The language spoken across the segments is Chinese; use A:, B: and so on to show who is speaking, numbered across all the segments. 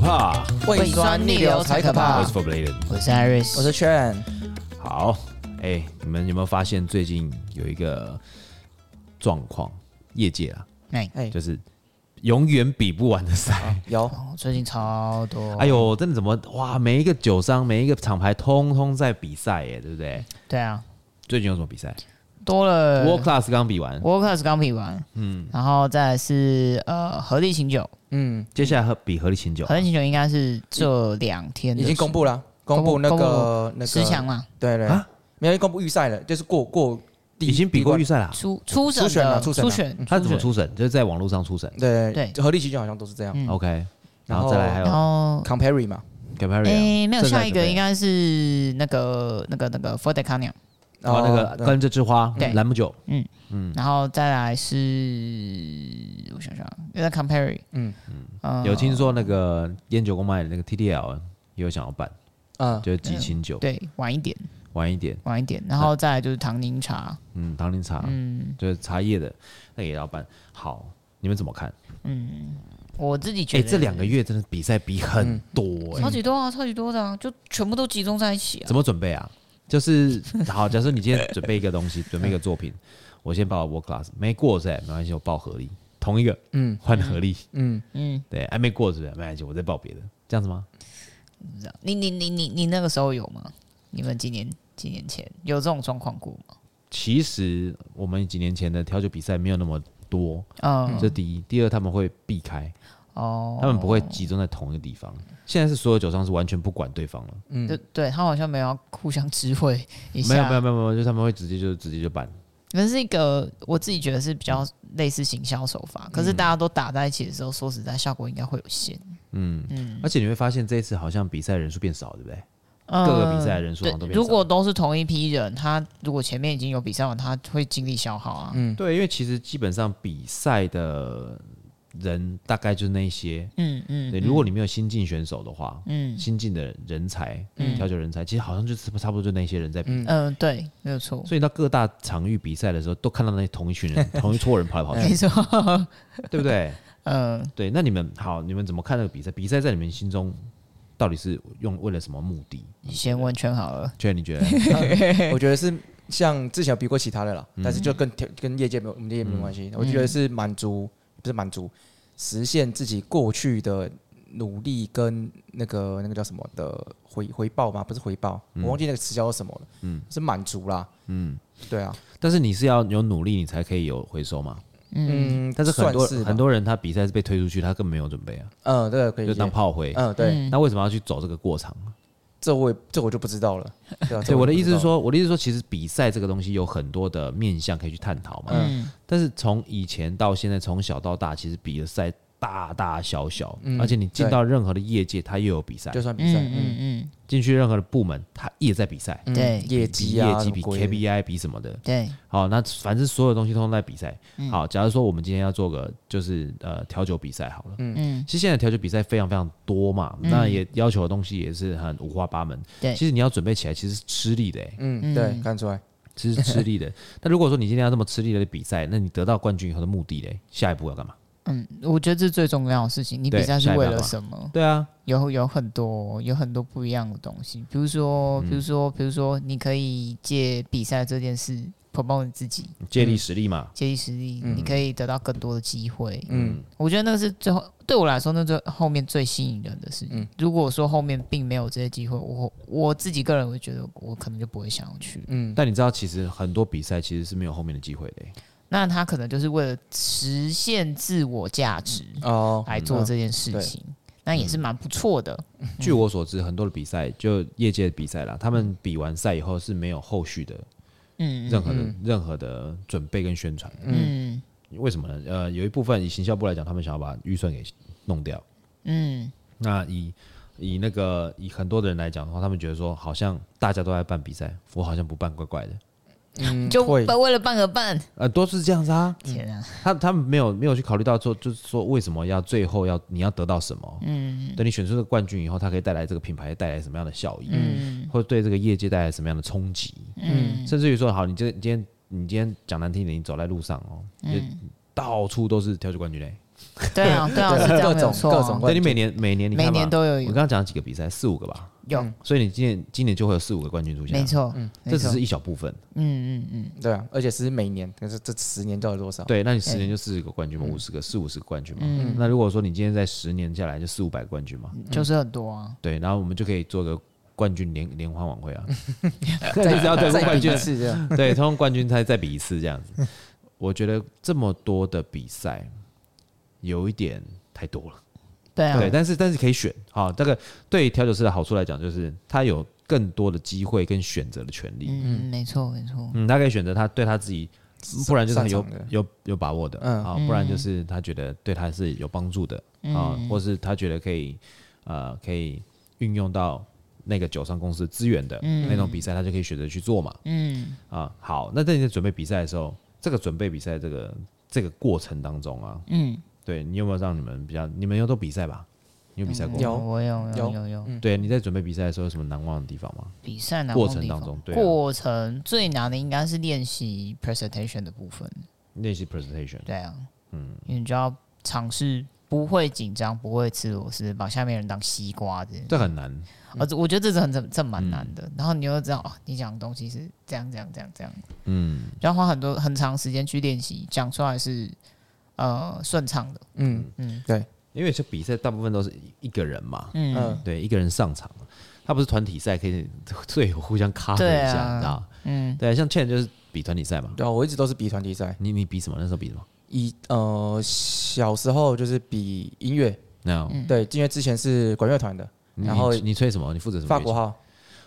A: 怕，
B: 啊
C: 胃酸逆流才可怕
A: 我。是 Forbidden。
B: 我是 Iris，
C: 我是 Chen，
A: 好，哎、你们有没有发现最近有一个状况？业界啊，
B: 哎、
C: 哎，
A: 就是永远比不完的赛。
C: 有
B: 哦最近超多，
A: 哎呦，真的怎么哇？每一个酒商，每一个厂牌，通通在比赛耶，对不对？
B: 对啊，
A: 最近有什么比赛、
B: 多了
A: w o r l d Class 刚比完，
B: World Class 刚比完，嗯，然后再来是呃合力醒酒，
C: 嗯，
A: 接下来和比合力琴酒啊
B: 合。力醒酒应该是这两天的
C: 已经公布了，
B: 公
C: 公布那个
B: 公布
C: 那个
B: 十强，嘛，
C: 对对
A: 啊，
C: 没有公布预赛了，就是过过第
A: 已经比过预，赛了啊，
B: 初初
C: 初选
B: 审
C: 啊
B: 的
C: 初审啊
B: 初选，
A: 他怎么初审？就是在网络上初审。
C: 第冠对
B: 对
C: 对，合力奇就好像都是这样。
B: 嗯
A: OK，然
C: 然
A: 后
C: 后
A: 再来还有
B: 然后
C: Compare 嘛，
A: c a p a r
B: 哎没有下一个应
A: 该
B: 该是那个那个那个 For the c a n y
A: 然哦后那个
C: 对
A: 跟这枝花
B: 哦对
A: 兰姆酒，
C: 嗯
B: 然后再来是我想想，那个 Compare，
C: 嗯
B: 嗯
A: 有听说那个烟酒公卖的那个 TDL 也有想要办，
C: 嗯，
A: 就是激情酒，
B: 哦对晚一点
A: 晚一点，
B: 晚一点，然后再来就是唐宁茶，
A: 嗯，唐宁茶，
B: 嗯
A: 就是茶叶的那个也要办。好，你们怎么看？
B: 嗯，我自己
A: 哎，
B: 觉得
A: 这两个月真的比赛比很多，
B: 超
A: 哎，
B: 级多啊，超级多的、啊，就全部都集中在一起啊
A: 怎。么准备啊？就是好，假设你今天准备一个东西， 准备一个作品，我先报 work class，没过噻，没关系，我报合力，同一个，嗯
C: 嗯，
A: 换合力，
C: 嗯，
B: 嗯，
A: 对，还没过是不是？没关系，我再报别的，这样子吗？
B: 你你你你你那个时候有吗？你们几年几年前有这种状况过吗？
A: 其实我们几年前的调酒比赛没有那么多，
B: 嗯，
A: 这第一，第二他们会避开，
B: 哦，
A: 他们不会集中在同一个地方。现在是所有酒商是完全不管对方了，
B: 对对，他好像没有要互相知会一下，
A: 没有没有。没有没有，就是他们会直接就直接就办。
B: 可是一个我自己觉得是比较类似行销手法，可
A: 嗯
B: 是大家都打在一起的时候，说实在效果应该会有限。嗯
A: 而且你会发现这一次好像比赛人数变少，对不对？
B: 各
A: 各个比赛人数好像都变少
B: 嗯如果都是同一批人，他如果前面已经有比赛完，他会精力消耗啊。
A: 对，因为其实基本上比赛的人大概就是那一些。
B: 嗯嗯，
A: 对，
B: 嗯
A: 如果你没有新进选手的话，
B: 嗯
A: 新进的人才，
B: 嗯
A: 调酒人才，其实好像就是差不多就那些人在比。
C: 嗯
B: 嗯，对，没有错，
A: 所以到各大场域比赛的时候，都看到那同一群 人、同一撮人跑来跑去
B: 没，错，
A: 对不对？
B: 嗯，
A: 对，那你们好，你们怎么看那个比赛？比赛在你们心中到底是用为了什么目的？
B: 你先问圈好了。
A: 确你觉 得？
C: 我觉得是像之前有比过其他的啦，
A: 嗯
C: 但是就跟跟业界没有，我们业界没有关系。我就觉得是满足，不是满足，实现自己过去的努力跟那个那个叫什么的回回报吗？不是回报，
A: 嗯
C: 我忘记那个词叫什么了。嗯，是满足啦。嗯，对啊，
A: 但是你是要有努力，你才可以有回收嘛。
C: 嗯，
A: 但是很多
C: 算吧
A: 很，多人他比赛是被推出去，他根本没有准备啊，
C: 嗯，对，可以
A: 就
C: 理解
A: 当炮灰。
C: 嗯，对，
A: 那为什么要去走这个过场？
C: 这我也这我就不知道 了。对啊，
A: 对，
C: 这
A: 我的
C: 就
A: 意
C: 不知
A: 思是
C: 道
A: 说，
C: 了，
A: 我的意思是说，其实比赛这个东西有很多的面向可以去探讨嘛。
C: 嗯
A: 但是从以前到现在，从小到大，其实比的赛大大小小，
C: 嗯
A: 而且你进
C: 对
A: 到任何的业界，它又有比赛
C: 就；算比
B: 嗯
C: 赛，
B: 嗯
C: 嗯，
B: 嗯，
A: 进去任何的部门，它也在比赛。
C: 嗯
B: 对
C: 业
A: 比
C: 绩啊，
A: 业绩、
C: 什么
A: 比
C: 鬼的
A: KPI、比什么的。
B: 对，
A: 好，那反正所有东西通通在比赛。好，假如说我们今天要做个就是呃调酒比赛好了。
B: 嗯
A: 其实现在调酒比赛非常非常多嘛，那也要求的东西也是很五花八门。
B: 对
A: 其实你要准备起来其实是吃力的、欸，
C: 嗯，对，看出来，
A: 其实是吃力的。那如果说你今天要这么吃力的比赛，那你得到冠军以后的目的嘞，下一步要干嘛？
B: 嗯，我觉得这是最重要的事情。你比
A: 对
B: 赛是
A: 下一
B: 为
A: 秒
B: 了
A: 嘛
B: 什么？
A: 对啊，
B: 有有很多有很多不一样的东西，比如说，比如说，比如说，你可以借比赛这件事 promote 你自己，
A: 借力使力嘛。
B: 借力实力，你可以得到更多的机会。
C: 嗯
B: 我觉得那个是最后对我来说，那最后面最吸引人的事情。如果说后面并没有这些机会，我我自己个人会觉得我可能就不会想要去。
C: 嗯，
A: 但你知道，其实很多比赛其实是没有后面的机会的欸、
B: 那他可能就是为了实现自我价值
C: 哦，
B: 来
A: 嗯
B: 做这件事情，那也是蛮不错的。
A: 据我所知，很多的比赛就业界的比赛啦，他们比完赛以后是没有后续的
B: 嗯
A: 任何的、任何的准备跟宣传的。
B: 嗯
A: 为什么呢？呃，有一部分以行销部来讲，他们想要把预算给弄掉。
B: 嗯
A: 那以以那个以很多的人来讲的话，他们觉得说，好像大家都在办比赛，我好像不办怪怪的。
C: 嗯
B: 就
C: 会
B: 为了办而办。
A: 呃，都是这样子啊。
B: 天啊，
A: 他他们没有没有去考虑到说，就是说为什么要最后要你要得到什么？嗯，等你选出这个冠军以后，它可以带来这个品牌带来什么样的效益，嗯，或者对这个业界带来什么样的冲击，嗯，甚至于说，好，你今天
B: 嗯
A: 今天你今天讲难听一点，你走在路上哦，就到处都是调酒冠军嘞，
B: 对啊，对啊，
C: 对
B: 是这样
C: 各
B: 没
C: 种
B: 有错
C: 各
B: 啊
C: 种，
A: 对，你每年每年你看
B: 每
A: 嘛
B: 年都有
A: 我
B: 有
A: 刚刚讲了几个比赛，四五个吧，
B: 有
C: 嗯，
A: 所以你今年今年就会有四五个冠军出现啊。
B: 没错，没
A: 这只
B: 错，
A: 是一小部分。
B: 嗯嗯嗯，
C: 对啊，而且是每年，可是这十年到底多少？
A: 对，那你十年就四十个冠军嘛，
B: 嗯
A: 五十个、四五十个冠军嘛。那如果说你今天在十年下来就四五百冠军嘛，
B: 就是很多啊，
A: 对，然后我们就可以做个冠军联联欢晚会 啊， 再只要再过
C: 再
A: 冠
C: 比
A: 军
C: 一，次这样，
A: 对，通常冠军赛再比一次这样子。我觉得这么多的比赛有一点太多了，
B: 对啊，
A: 对，但是但是可以选啊。这个对调酒师的好处来讲，就是他有更多的机会跟选择的权利。
B: 嗯，没错没错，
A: 嗯，他可以选择他对他自己，不然就是很有
C: 擅长的
A: 有有把握的，
C: 嗯
A: 啊，不然就是他觉得对他是有帮助的
B: 嗯
A: 啊，或是他觉得可以呃可以运用到那个酒商公司资源的那种比赛，他就可以选择去做嘛。
B: 嗯，
A: 啊，好，那在你在准备比赛的时候，这个准备比赛这个这个过程当中啊，
B: 嗯，
A: 对你有没有让你们比较，你们有都比赛吧？你有比赛过吗？
C: 有
B: 我嗯有有
C: 有
B: 有有
A: 对，你在准备比赛的时候有什么难忘的地方吗？
B: 比赛难
A: 过
B: 忘的
A: 程
B: 地
A: 当
B: 方
A: 中对啊
B: 过程最难的应该是练习 presentation 的部分，
A: 练习 presentation，
B: 对啊，嗯，因为你就要尝试不会紧张、不会吃螺丝，把下面人当西瓜这样。
A: 这很难，
B: 哦，这我觉得这是很这这蛮难的。然后你又知道哦，你讲的东西是这样这样这样这样，
A: 嗯，
B: 要花很多很长时间去练习，讲出来是呃顺畅的。
C: 嗯
B: 嗯
A: 因为这比赛大部分都是一个人嘛，
B: 嗯，
C: 嗯，
A: 对，一个人上场，他不是团体赛，可以队友互相 cover
B: 对
A: 一
B: 啊
A: 下，你知道？
B: 嗯，
A: 对，像 Chen 就是比团体赛嘛，
C: 对啊，我一直都是比团体赛，
A: 你你比什么？那时候比什么？
C: 以呃小时候就是比音乐，
A: 那样、
B: 嗯
C: 对，因为之前是管乐团的，
A: 你
C: 然后
A: 你你吹什么？你负责什么？
C: 法国，号，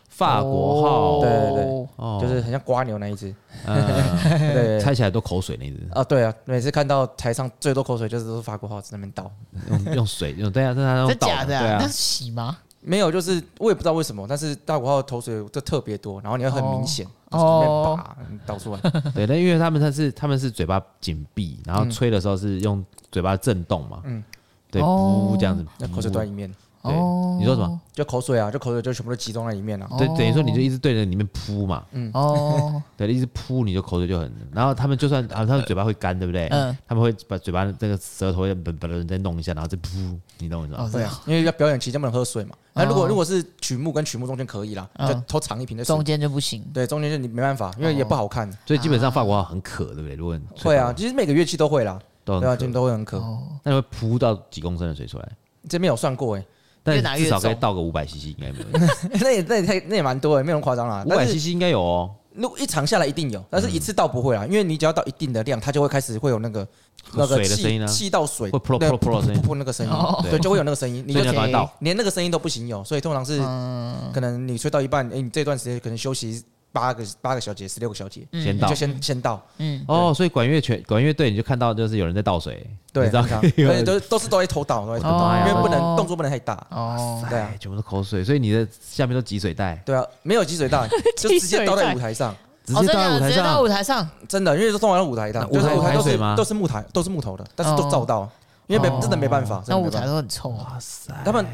A: 法国号，
C: 对
B: 哦
A: 哦
C: 就是很像瓜牛那 一只，
A: 嗯，
C: 对，
A: 猜起来都口水那一只，
C: 啊，对啊，每次看到台上最多口水就是都是法国号在那边倒，
A: 用 用水，用对啊，但是他用
B: 真
A: 倒
B: 假的、
A: 对
B: 那
A: 啊
B: 是，洗吗？
C: 没有，就是我也不知道为什么，但是法国号口水就特别多，然后你会很明显，就是里面
B: 哦
C: 把 倒出来，
A: 对，但因为他们他是他们是嘴巴紧闭，然后吹的时候是用嘴巴震动嘛，嗯
C: 嗯，
A: 对，
B: 哦
A: 噗这样子，
C: 那口水
A: 噗
C: 都在里面，
A: 对
B: 哦，
A: 你说什么？
C: 就口水啊，就口水就全部都集中在里面了、啊
B: 哦
A: 对，等于说你就一直对着里面扑嘛，
B: 哦，
A: 对，一直扑你就口水就很，然后他们就算啊，他们嘴巴会干，对不对？
B: 嗯
A: 他们会把嘴巴那个舌头会本本人再弄一下，然后再噗，你懂我意思吗？
B: 哦，这
C: 对
B: 样
C: 啊，因为要表演期间不能喝水嘛。那如果、
B: 哦
C: 如果是曲目跟曲目中间可以啦，
B: 嗯
A: 哦
C: 就偷藏一瓶的水
B: 中。间就不行。
C: 对，中间就你没办法，因为也不好看。
A: 所以基本上法国话很渴，对不对？如果你
C: 会啊，，其实每个乐器都会啦，
A: 都很
C: 对吧、啊？
A: 渴
C: 就，都会很渴。
B: 哦，
A: 那你会噗到几公升的水出来，
C: 这边有算过哎、
A: 但
B: 越拿越
A: 至少该
B: 重
A: 倒个五百 CC 应该没有，
C: 那也那也太那也蛮多哎、没有那么夸张啦。
A: 五百嗯
C: 但是
A: CC 应该有哦。
C: 如果一场下来一定有，但是一次倒不会啦，因为你只要到一定的量，它就会开始会有那个那个
A: 水的
C: 气
A: 声音啊
C: 气到水
A: 会噗噜
C: 那
A: 噗噜噗噜的声音
C: 噗噗那个声音
B: 哦，
A: 对
C: 对，就会有那个声音，你
A: 所
C: 就
A: 以你要赶快倒，
C: 连那个声音都不行有，所以通常是
B: 嗯，
C: 可能你吹到一半，哎，你这段时间可能休息八个八个小节，十六个小节，
A: 先
C: 你
A: 倒
C: 就先先倒，
B: 嗯，
A: 哦，所以管乐全管乐队你就看到就是有人在倒水，
C: 对，
A: 你知道
C: 很常，而且都都是都在偷倒，都在偷
A: 我的
C: 倒，
A: 妈呀
C: 啊因为不能动作不能太大，
B: 哦，
C: 对啊
A: 哎，，全部都口水，所以你的下面都挤水袋，
C: 对啊，没有积水 袋，就直接倒在舞台上，
A: 直
B: 哦
A: 接
B: 真的
A: 倒在舞
B: 假的
A: 台
B: 直接到
A: 上
B: 舞。台上，
C: 真的，因为都通常舞台的，
A: 那舞台
C: 就是舞台
A: 有
C: 都
A: 排水
C: 是
A: 吗
C: 都是木台，都是木头的，但是都照到，因为没
B: 哦
C: 真的没办法，真
B: 那
C: 的
B: 舞
C: 没办
B: 台
C: 法
B: 都很臭啊。
A: 哇塞！
C: 他们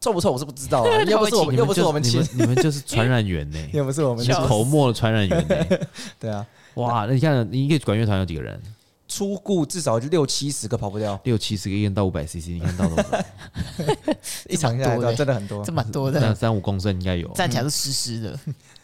C: 臭不臭我是不知道 啊，又不是我们，
A: 你
C: 又
A: 们
C: 不
A: 就是
C: 我们
A: 你
C: 请
A: 们，你们就是传染源呢，
C: 又不是我们
A: 你
C: 请
A: 是，口沫的传染源呢。
C: 对啊，
A: 哇，那你看你一个管乐团有几个人？
C: 出顾至少就六七十个跑不掉，
A: 六七十个，一人到五百 CC，你看到多 少？
C: 一场下来
B: 多
C: 的
B: 嘞
C: 啊真的很多
B: 这，蛮多
A: 三
B: 的，
A: 三五公升应该有，
B: 站起来都湿湿的，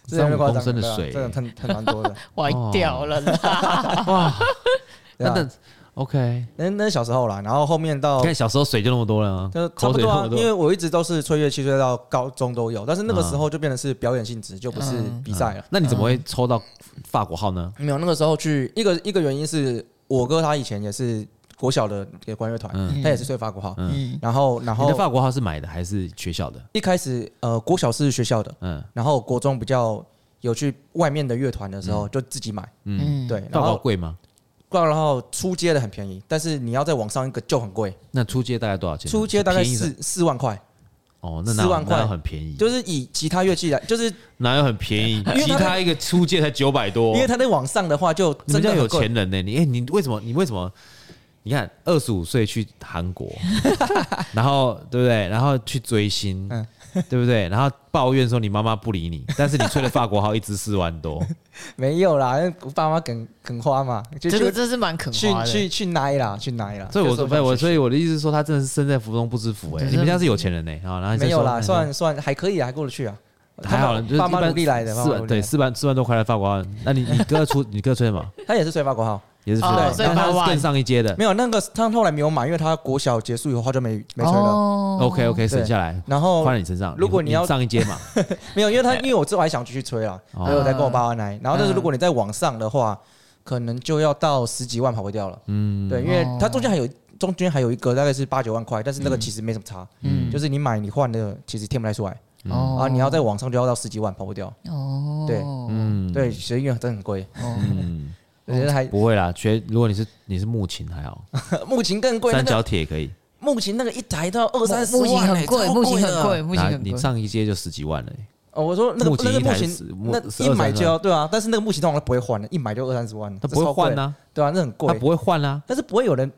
C: 真的
A: 三
C: 没
A: 五
C: 夸
A: 公
C: 张
A: 升的
C: 对啊
A: 水，
C: 真的 很很蛮多的。
B: 歪掉了啦。
A: 哇！
C: 对
A: 那
C: 啊
A: 那 OK，
C: 那那是小时候啦，然后后面到
A: 你看小时候水就那么多了啊
C: 就，差
A: 口
C: 不
A: 水就
C: 多
A: 那
C: 啊
A: 么，
C: 因为
A: 多。
C: 我一直都是吹乐器吹到高中都有，但是那个时
A: 嗯
C: 候就变成是表演性质，就不是比赛啊了。
A: 那你怎么会抽到法国号呢？
C: 没有那个时候去一个一个原因是我哥他以前也是国小的一个管乐团，
A: 嗯
C: 他也是吹法国号，
B: 嗯，
C: 然后然
A: 你的
C: 后
A: 法国号是买的还是学校的？
C: 一开始呃国小是学校的，
A: 嗯
C: 然后国中比较有去外面的乐团的时候就自己买，
A: 嗯，
C: 对，
A: 法
C: 然
A: 国号
C: 后
A: 贵吗？
C: 然后出街的很便宜，但是你要再往上一个就很贵，
A: 那出街大概多少钱？
C: 出街大概
A: 便宜的
C: 四四万块，
A: 哦，那哪
C: 四
A: 有
C: 万块
A: 哪有很便宜？
C: 就是以其他乐器来，就是
A: 哪有很便宜？
C: 为
A: 吉
C: 他
A: 他一个出街才九百多，
C: 因为他在往上的话就
A: 你们
C: 真
A: 家
C: 的
A: 有
C: 很贵
A: 钱人呢、你哎、你为什么？你为什么？你看， 二十五岁去韩国，然后对不对？然后去追星，
C: 嗯
A: 对不对？然后抱怨说你妈妈不理你，但是你吹了法国号一支四万 多，
C: 没有啦，因为我爸妈梗梗花嘛，就
B: 这个
C: 去
B: 真是蛮可
C: 去
B: 怕的。
C: 去去奶啦，去奶啦。
A: 所以我
C: 就
A: 说
C: 是想
A: 我
C: 去
A: 所以我的意思是说，他真的是身在福中不知福哎、
B: 对
A: 你们家是有钱人呢、啊，然后你再
C: 没有
A: 说
C: 啦，
A: 嗯
C: 算算还可以啊，还过得去啊。
A: 还好了，
C: 他
A: 就是
C: 们
A: 一
C: 爸妈
A: 般
C: 努力来的，爸
A: 四
C: 妈努
A: 万
C: 力来
A: 对
C: 的
A: 四万四万多块的法国号，那你你哥出你哥吹什么？
C: 他也是吹法国号，
A: 也是吹
B: 哦
A: 的，
B: 所以
A: 但他
B: 八
A: 是
B: 万
A: 更上一阶的。
C: 没有那个他后来没有买，因为他国小结束以后他就没没吹了。
B: 哦
A: OK OK，省
C: 对
A: 下来
C: 然后
A: 花在你身上。
C: 如果你要
A: 上一阶嘛，
C: 没有，因为他因为我之后还想继续吹啊啦，
A: 哦
C: 所以我在跟我爸爸奶。然后但是
B: 嗯
C: 如果你在网上的话，可能就要到十几万跑不掉了。嗯，对，因为它中间还有中间还有一个大概是八九万块，但是那个其实没什么差，
B: 嗯
C: 就是你买你换的其实听不太出来
B: 哦
C: 啊。你要在网上就要到十几万跑不掉，
B: 哦，
C: 对
B: 嗯，
A: 嗯，
C: 对，所以因为真的很贵，
A: 嗯，
C: 我觉得 还
A: 不会啦。学如果你是你是木琴还好，
C: 木琴更贵，那
A: 三
C: 个
A: 角铁也可以，
C: 木琴那个一台都要二三十
B: 木
C: 万
B: 琴
C: 欸，
B: 很贵，
C: 超
B: 木
C: 贵
B: 琴很
C: 的
B: 贵，。木琴
A: 那
B: 很
A: 你
B: 贵。
A: 上一阶就十几万了欸。
C: 哦，我说那个
A: 木琴
C: 那个
A: 一台
C: 木
A: 是
C: 琴，
A: 木
C: 那
A: 是
C: 一
A: 二三
C: 买
A: 十
C: 就要对啊，但是那个木琴通常都不会换的，一买就二三十万，
A: 他
C: 这
A: 不会
C: 超贵
A: 换，啊，
C: 对啊，那很
A: 他
C: 贵，
A: 不会换啊。
C: 但是不会有人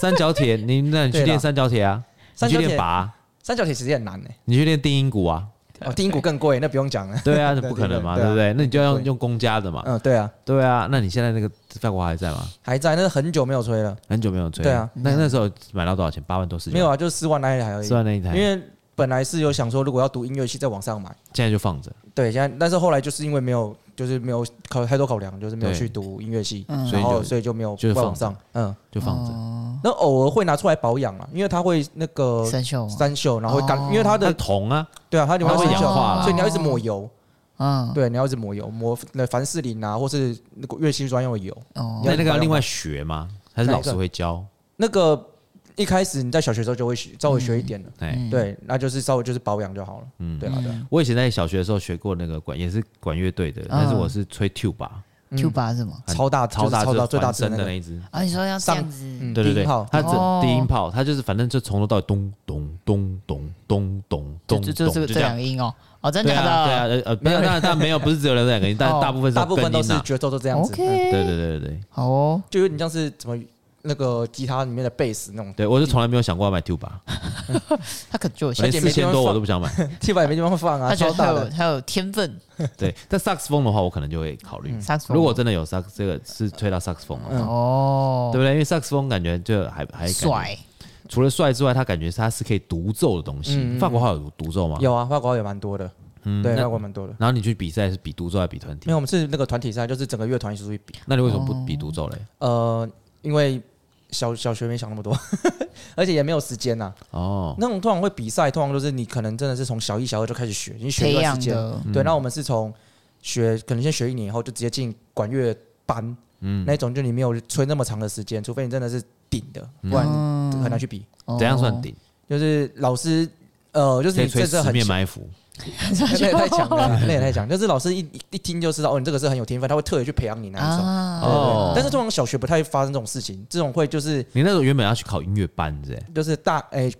A: 三角 铁，你那你去
C: 对啦
A: 练三角铁啊，你
C: 三
A: 去
C: 角铁
A: 练拔啊，
C: 三角铁其实也很难呢、
A: 你去练定音鼓啊，
C: 哦，低音鼓更贵，那不用讲了。
A: 对 啊，这
C: 对
A: 不可能嘛，
C: 对
A: 对
C: 啊
A: 不对？那你就要
C: 对
A: 用公家的嘛，
C: 嗯，对啊，
A: 对啊。那你现在那个法国号还在吗？
C: 还在，那是很久没有吹了。
A: 很久没有吹，
C: 对啊
A: 那那时候买到多少钱？八万多，十
C: 没有啊，就四万那一台而已
A: 四。万那一台，
C: 因为本来是有想说，如果要读音乐系，在网上买。
A: 现在就放着。
C: 对，现在但是后来就是因为没有，就是没有考太多考量，就是没有
A: 对
C: 去读音乐系，
B: 嗯
A: 所以
C: 然后
A: 就
C: 所以就没有
A: 就是
C: 在
A: 放
C: 网上。嗯，
A: 就放着。
B: 着，
C: 那偶尔会拿出来保养啊，因为它会那个
B: 生锈吗？
C: 生锈，然后会干
B: 哦，
C: 因为它
A: 它的
C: 的
A: 铜啊，
C: 对啊，它就
A: 它会
C: 生
A: 氧
C: 锈，
A: 化啦
C: 所以你要一直抹油。
B: 嗯，
C: 对，你要一直抹油，抹那凡士林啊，或是那个乐器专用的油。
B: 哦，
A: 那那个要另外学吗？还是老师会教？
C: 那个一开始你在小学的时候就会学，稍微学一点了。
A: 哎，
C: 对，那就是稍微就是保养就好了。
A: 嗯
C: 对啊，对啊。
A: 我以前在小学的时候学过那个管，也是管乐队的，但是我是吹 tube 吧，
B: 嗯
C: 嗯
B: Q 八是吗？
A: 很
C: 超大
A: 超
C: 嗯就是
A: 大
C: 超大
A: 就是
C: 最大
A: 环
C: 声
A: 声的
C: 的那
A: 那
C: 个
A: 一只。
B: 啊，你说要这
C: 上
B: 样子，
C: 嗯
A: 对对
C: 低
A: 对
C: 音炮，
A: 它整
B: 哦
A: 低音炮，它就是反正就从头到尾咚咚咚咚咚咚
B: 就
A: 咚咚，
B: 就就这
A: 就
B: 这
A: 这
B: 两
A: 样。
B: 个音哦，哦，真
A: 对
B: 的假
A: 啊，对
B: 的？
A: 啊，呃呃，没有，那那没有，不是只有那 两个音，但
B: 哦
A: 大部分是
C: 大部分都
A: 跟音
C: 是
A: 啊
C: 节奏都这样子，
A: 对
B: OK，
A: 对对对对
B: 好哦，
C: 就有点像是怎么那个吉他里面的贝斯那种，
A: 对，我就从来没有想过要买 tube 吧，
B: 他可能就有
A: 连
B: 先
C: 且
A: 四
C: 没地
A: 千
C: 方
A: 多我
C: 放
A: 都不想买。
C: 地板也没地方放啊，
B: 他觉
C: 超
B: 得他
C: 大
B: 有
C: 的。嗯
B: 他有天分，
A: 对，但萨克斯风的话，我可能就会考虑。
B: 萨克斯风
A: 如果真的有萨克，这个是吹到萨克斯风
C: 嗯
A: 了，
B: 哦，
A: 对不对？因为萨克斯风感觉就还还感觉，
B: 帅，
A: 除了帅之外，它感觉是它是可以独奏的东西。法国号有独奏吗？。嗯
C: 嗯有啊，法国也蛮多的，对，
A: 那
C: 法国蛮多的。
A: 然后你去比赛是比独奏还是比团体
C: 因为？我们是那个团体赛，就是整个乐团一起出去比。
A: 那你为什么不比独奏嘞？
C: 呃，因为小小学没想那么多， 而且也没有时间呐。啊
A: 哦，
C: 那种通常会比赛，通常就是你可能真的是从小一、小二就开始学，你学一
B: 培
C: 段
B: 养
C: 时间。
B: 的，
C: 对，那我们是从学，可能先学一年以后就直接进管乐班，嗯，那种就你没有吹那么长的时间，除非你真的是顶的，不然很难去比。
B: 哦
A: 怎样算？顶？
C: 就是老师，呃，就是
A: 可以
C: 你
A: 吹
C: 这是
A: 十
C: 很
A: 面埋伏。
C: 那也太强 了， 那也太强。就是老师一一一听就知道，哦，你这个是很有天分，他会特别去培养你那一种。
B: 啊，
A: 哦，
C: 但是通常小学不太发生这种事情，这种会就是
A: 你那时候原本要去考音乐班，是不是？
C: 就是大诶、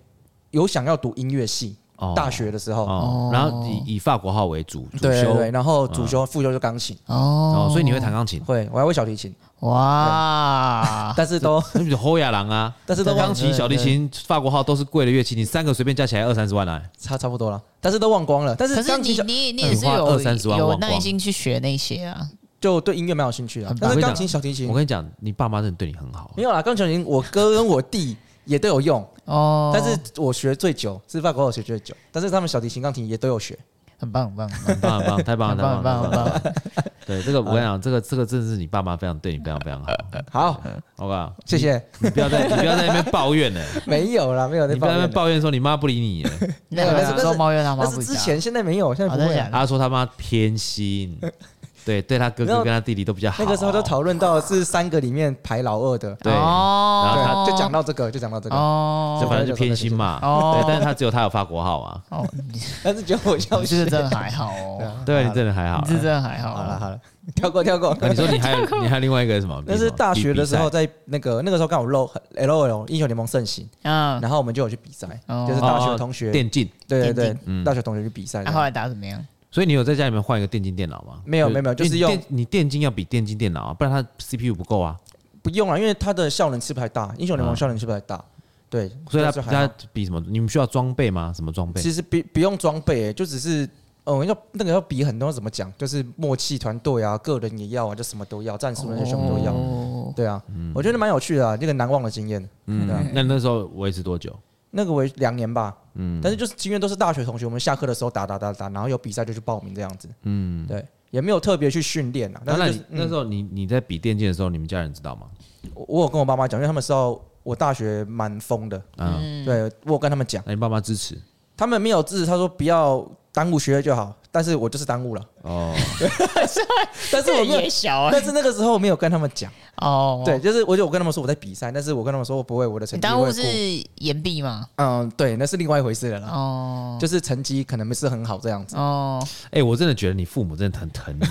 C: 有想要读音乐系，
A: 哦，
C: 大学的时候，
A: 哦
B: 哦，
A: 然后以以法国号为主主
C: 对对
A: 修，嗯
C: 对，然后主修、副修就钢琴，
B: 哦
A: 哦，，所以你会弹钢琴，
C: 会我还会小提
B: 啊
C: 琴，
B: 哇，
C: 但是都
A: 那比侯亚郎 啊，
C: 但是都
A: 钢
C: 忘
A: 琴、小提琴、法国号都是贵的乐器，你三个随便加起来二三十万啊来。
C: 差差不多了，但是都忘光了。但
B: 可
C: 是
B: 是
C: 钢琴
B: 你
C: 小
B: 你你
A: 嗯
B: 也是
A: 花
B: 有
A: 20-30万
B: 有
A: 忘光
B: 耐心去学那些啊，
C: 就对音乐蛮有兴趣的
B: 很，棒
C: 但是钢琴小提琴
A: 我跟你讲，你爸妈真的对你很好
C: 没，有啦，钢琴小提琴我哥跟我弟也都有用，
B: 哦，
C: 但是我学最久是法国，我学最久，但是他们小提琴、钢琴也都有学。
B: 很棒很棒很
A: 很棒
B: 棒
A: 很棒，太棒
B: 很
A: 了，
B: 棒
A: 太
B: 很
A: 棒
B: 棒
A: 了
B: 很
A: 太棒
B: 棒
A: 了。，对，这个
C: 嗯
A: 我跟你讲，这个这个真的是你爸妈非常对你非常非常好。
C: 好，
A: 我讲，
C: 谢谢。
A: 你不要再你不要在那边抱怨了，
C: 没有啦，没有
A: 呃你
C: 在
A: 不
C: 抱
A: 要在那
C: 怨
A: 边
C: 了。
A: 抱啊怨说你妈不理 你了，
B: 那
C: 没有
B: 有
C: 但是
B: 时候抱怨他妈
C: 但
B: 不
C: 是
B: 理他
C: 之前现在没有，现在
B: 哦
C: 不
B: 真的
C: 会
B: 假
C: 啊。
B: 的
A: 他说他妈偏心，对，对他哥
C: 没
A: 哥
C: 有
A: 跟他弟弟都比较好。
C: 那个时候都讨论到是三个里面排老二的，
A: 对，然后
B: 哦，
C: 对，就讲到这个，就讲到这个。
B: 哦
A: 这反正就偏心嘛，
B: 哦
A: 对，但是他只有他有法国号啊嘛，
B: 哦， 你
C: 但是觉得我笑
B: 你
C: 死
B: 这个真的还好
C: 哦对
B: 哦，
C: 啊
A: 对，你真的还好
B: 你。这真的还好
C: 好了
B: 哦，
C: 好了，跳过跳过。
A: 那你说你还有 你还有另外一个什么？
C: 那
A: 比什
C: 是
A: 么
C: 大
A: 比
C: 学的
A: 比
C: 时
A: 赛嗯
C: 候，在那个那个时候刚好 LO LOL 英雄联盟盛行，
B: 嗯，
C: 然后我们就有去比赛，
B: 哦
C: 就是大学同学，
A: 电竞，嗯啊
C: 对对
B: 电
C: 对，大学同学去比赛这
B: 那
C: 样。
B: 后来打怎么样？
A: 所以你有在家里面换一个电竞电脑吗？
C: 没有没有没有就是
A: 因为
C: 用
A: 你电你电竞要比电竞电脑啊，不然它 CPU 不够啊。
C: 不用了，因为它的效能吃不太大，英雄联盟效能吃不太大。对，啊
A: 所以他
C: 但是还好
A: 他比什么？你们需要装备吗？什么装备？
C: 其实不不用装备、欸就只是嗯，要那个要比很多怎么讲，就是默契团队啊，个人也要啊，就什么都要，战术那些全部都要。
B: 哦
C: 对啊，我觉得蛮有趣的、啊，这个难忘的经验。
A: 嗯
C: 对啊，
A: 那那时候维持多久？
C: 那个为两年吧，嗯，但是就是因为都是大学同学，我们下课的时候打打打打，然后有比赛就去报名这样子，嗯，对，也没有特别去训练啊。但
A: 那
C: 是
A: 那你
C: 就是、
A: 那时候你你在比电竞的时候，你们家人知道吗？
C: 我我有跟我爸妈讲，因为他们知道我大学蛮疯的，
A: 啊，
B: 嗯
C: 对我有跟他们讲，
A: 那你爸妈支持？
C: 他们没有制止，他说不要耽误学业就好，但是我就是耽误了，
A: 哦，
C: 但是我
B: 这
C: 没有
B: 个也小啊，
C: 但是那个时候没有跟他们讲，
B: 哦，
C: 对，，就是我就我跟他们说我在比赛，但是我跟他们说我不会，我的成
B: 你
C: 绩
B: 当
C: 会
B: 务
C: 过
B: 是岩壁嘛，
C: 嗯，对，那是另外一回事了啦，
B: 哦
C: 就是成绩可能不是很好这样子。
B: 哦，
A: 哎，我真的觉得你父母真的很疼你，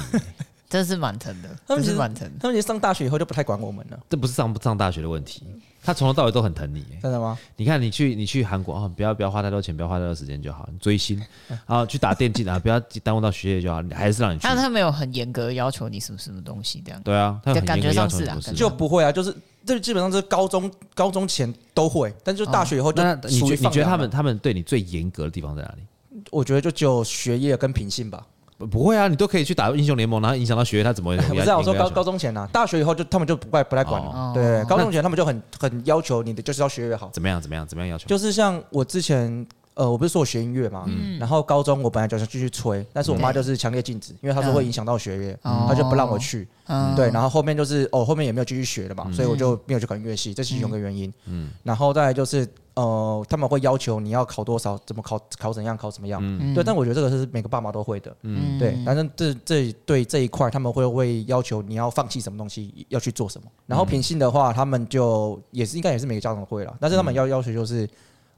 B: 真是蛮疼的，
C: 他们
B: 真
C: 其
B: 是
C: 实
B: 蛮疼的。
C: 他们其实上大学以后就不太管我们了，
A: 这不是上不上大学的问题，他从头到尾都很疼你。哎
C: 真的吗？
A: 你看，你去你去韩国啊，不要不要花太多钱，不要花太多时间就好。你追星 啊，去打电竞啊，不要耽误到学业就好。你还是让你去
B: 但。他没有很严格要求你什么什么东西这样。
A: 对啊，他很
B: 感
A: 严
B: 觉
A: 格要
B: 上
A: 求
B: 是
A: 你
B: 啊
A: 做事
B: 感
A: 情。
C: 就不会啊，就是这基本上是高中高中前都会，但就大学以后就
A: 哦那你
C: 属
A: 觉
C: 于
A: 你
C: 放
A: 觉得
C: 养
A: 他
C: 了
A: 们，他们对你最严格的地方在哪里？
C: 我觉得就只有学业跟品性吧。
A: 不不会啊，你都可以去打英雄联盟，然后影响到学业，他怎么会
C: 不是 啊，我说
A: 严格要
C: 高
A: 求
C: 高中前啊，大学以后就他们就不太不太管了
B: 哦。
C: 对，高中前他们就很很要求你的就是要学业好，
A: 怎么样怎么样怎么样要求？
C: 就是像我之前。呃，我不是说我学音乐嘛，然后高中我本来就想继续吹，但是我妈就是强烈禁止，因为她说会影响到学业，
B: 嗯
C: 她就不让我去。
B: 嗯，
C: 对，然后后面就是哦，后面也没有继续学了嘛，所以我就没有去考音乐系，这是其中一个原因。嗯，然后再来就是呃，他们会要求你要考多少，怎么考，考怎样，考怎么样。
B: 嗯
C: 对，但我觉得这个是每个爸妈都会的。
B: 嗯
C: 对，反正这这对这一块他们会会要求你要放弃什么东西，要去做什么。
A: 嗯
C: 然后品性的话，他们就也是应该也是每个家长会了，但是他
A: 嗯
C: 们要要求就是，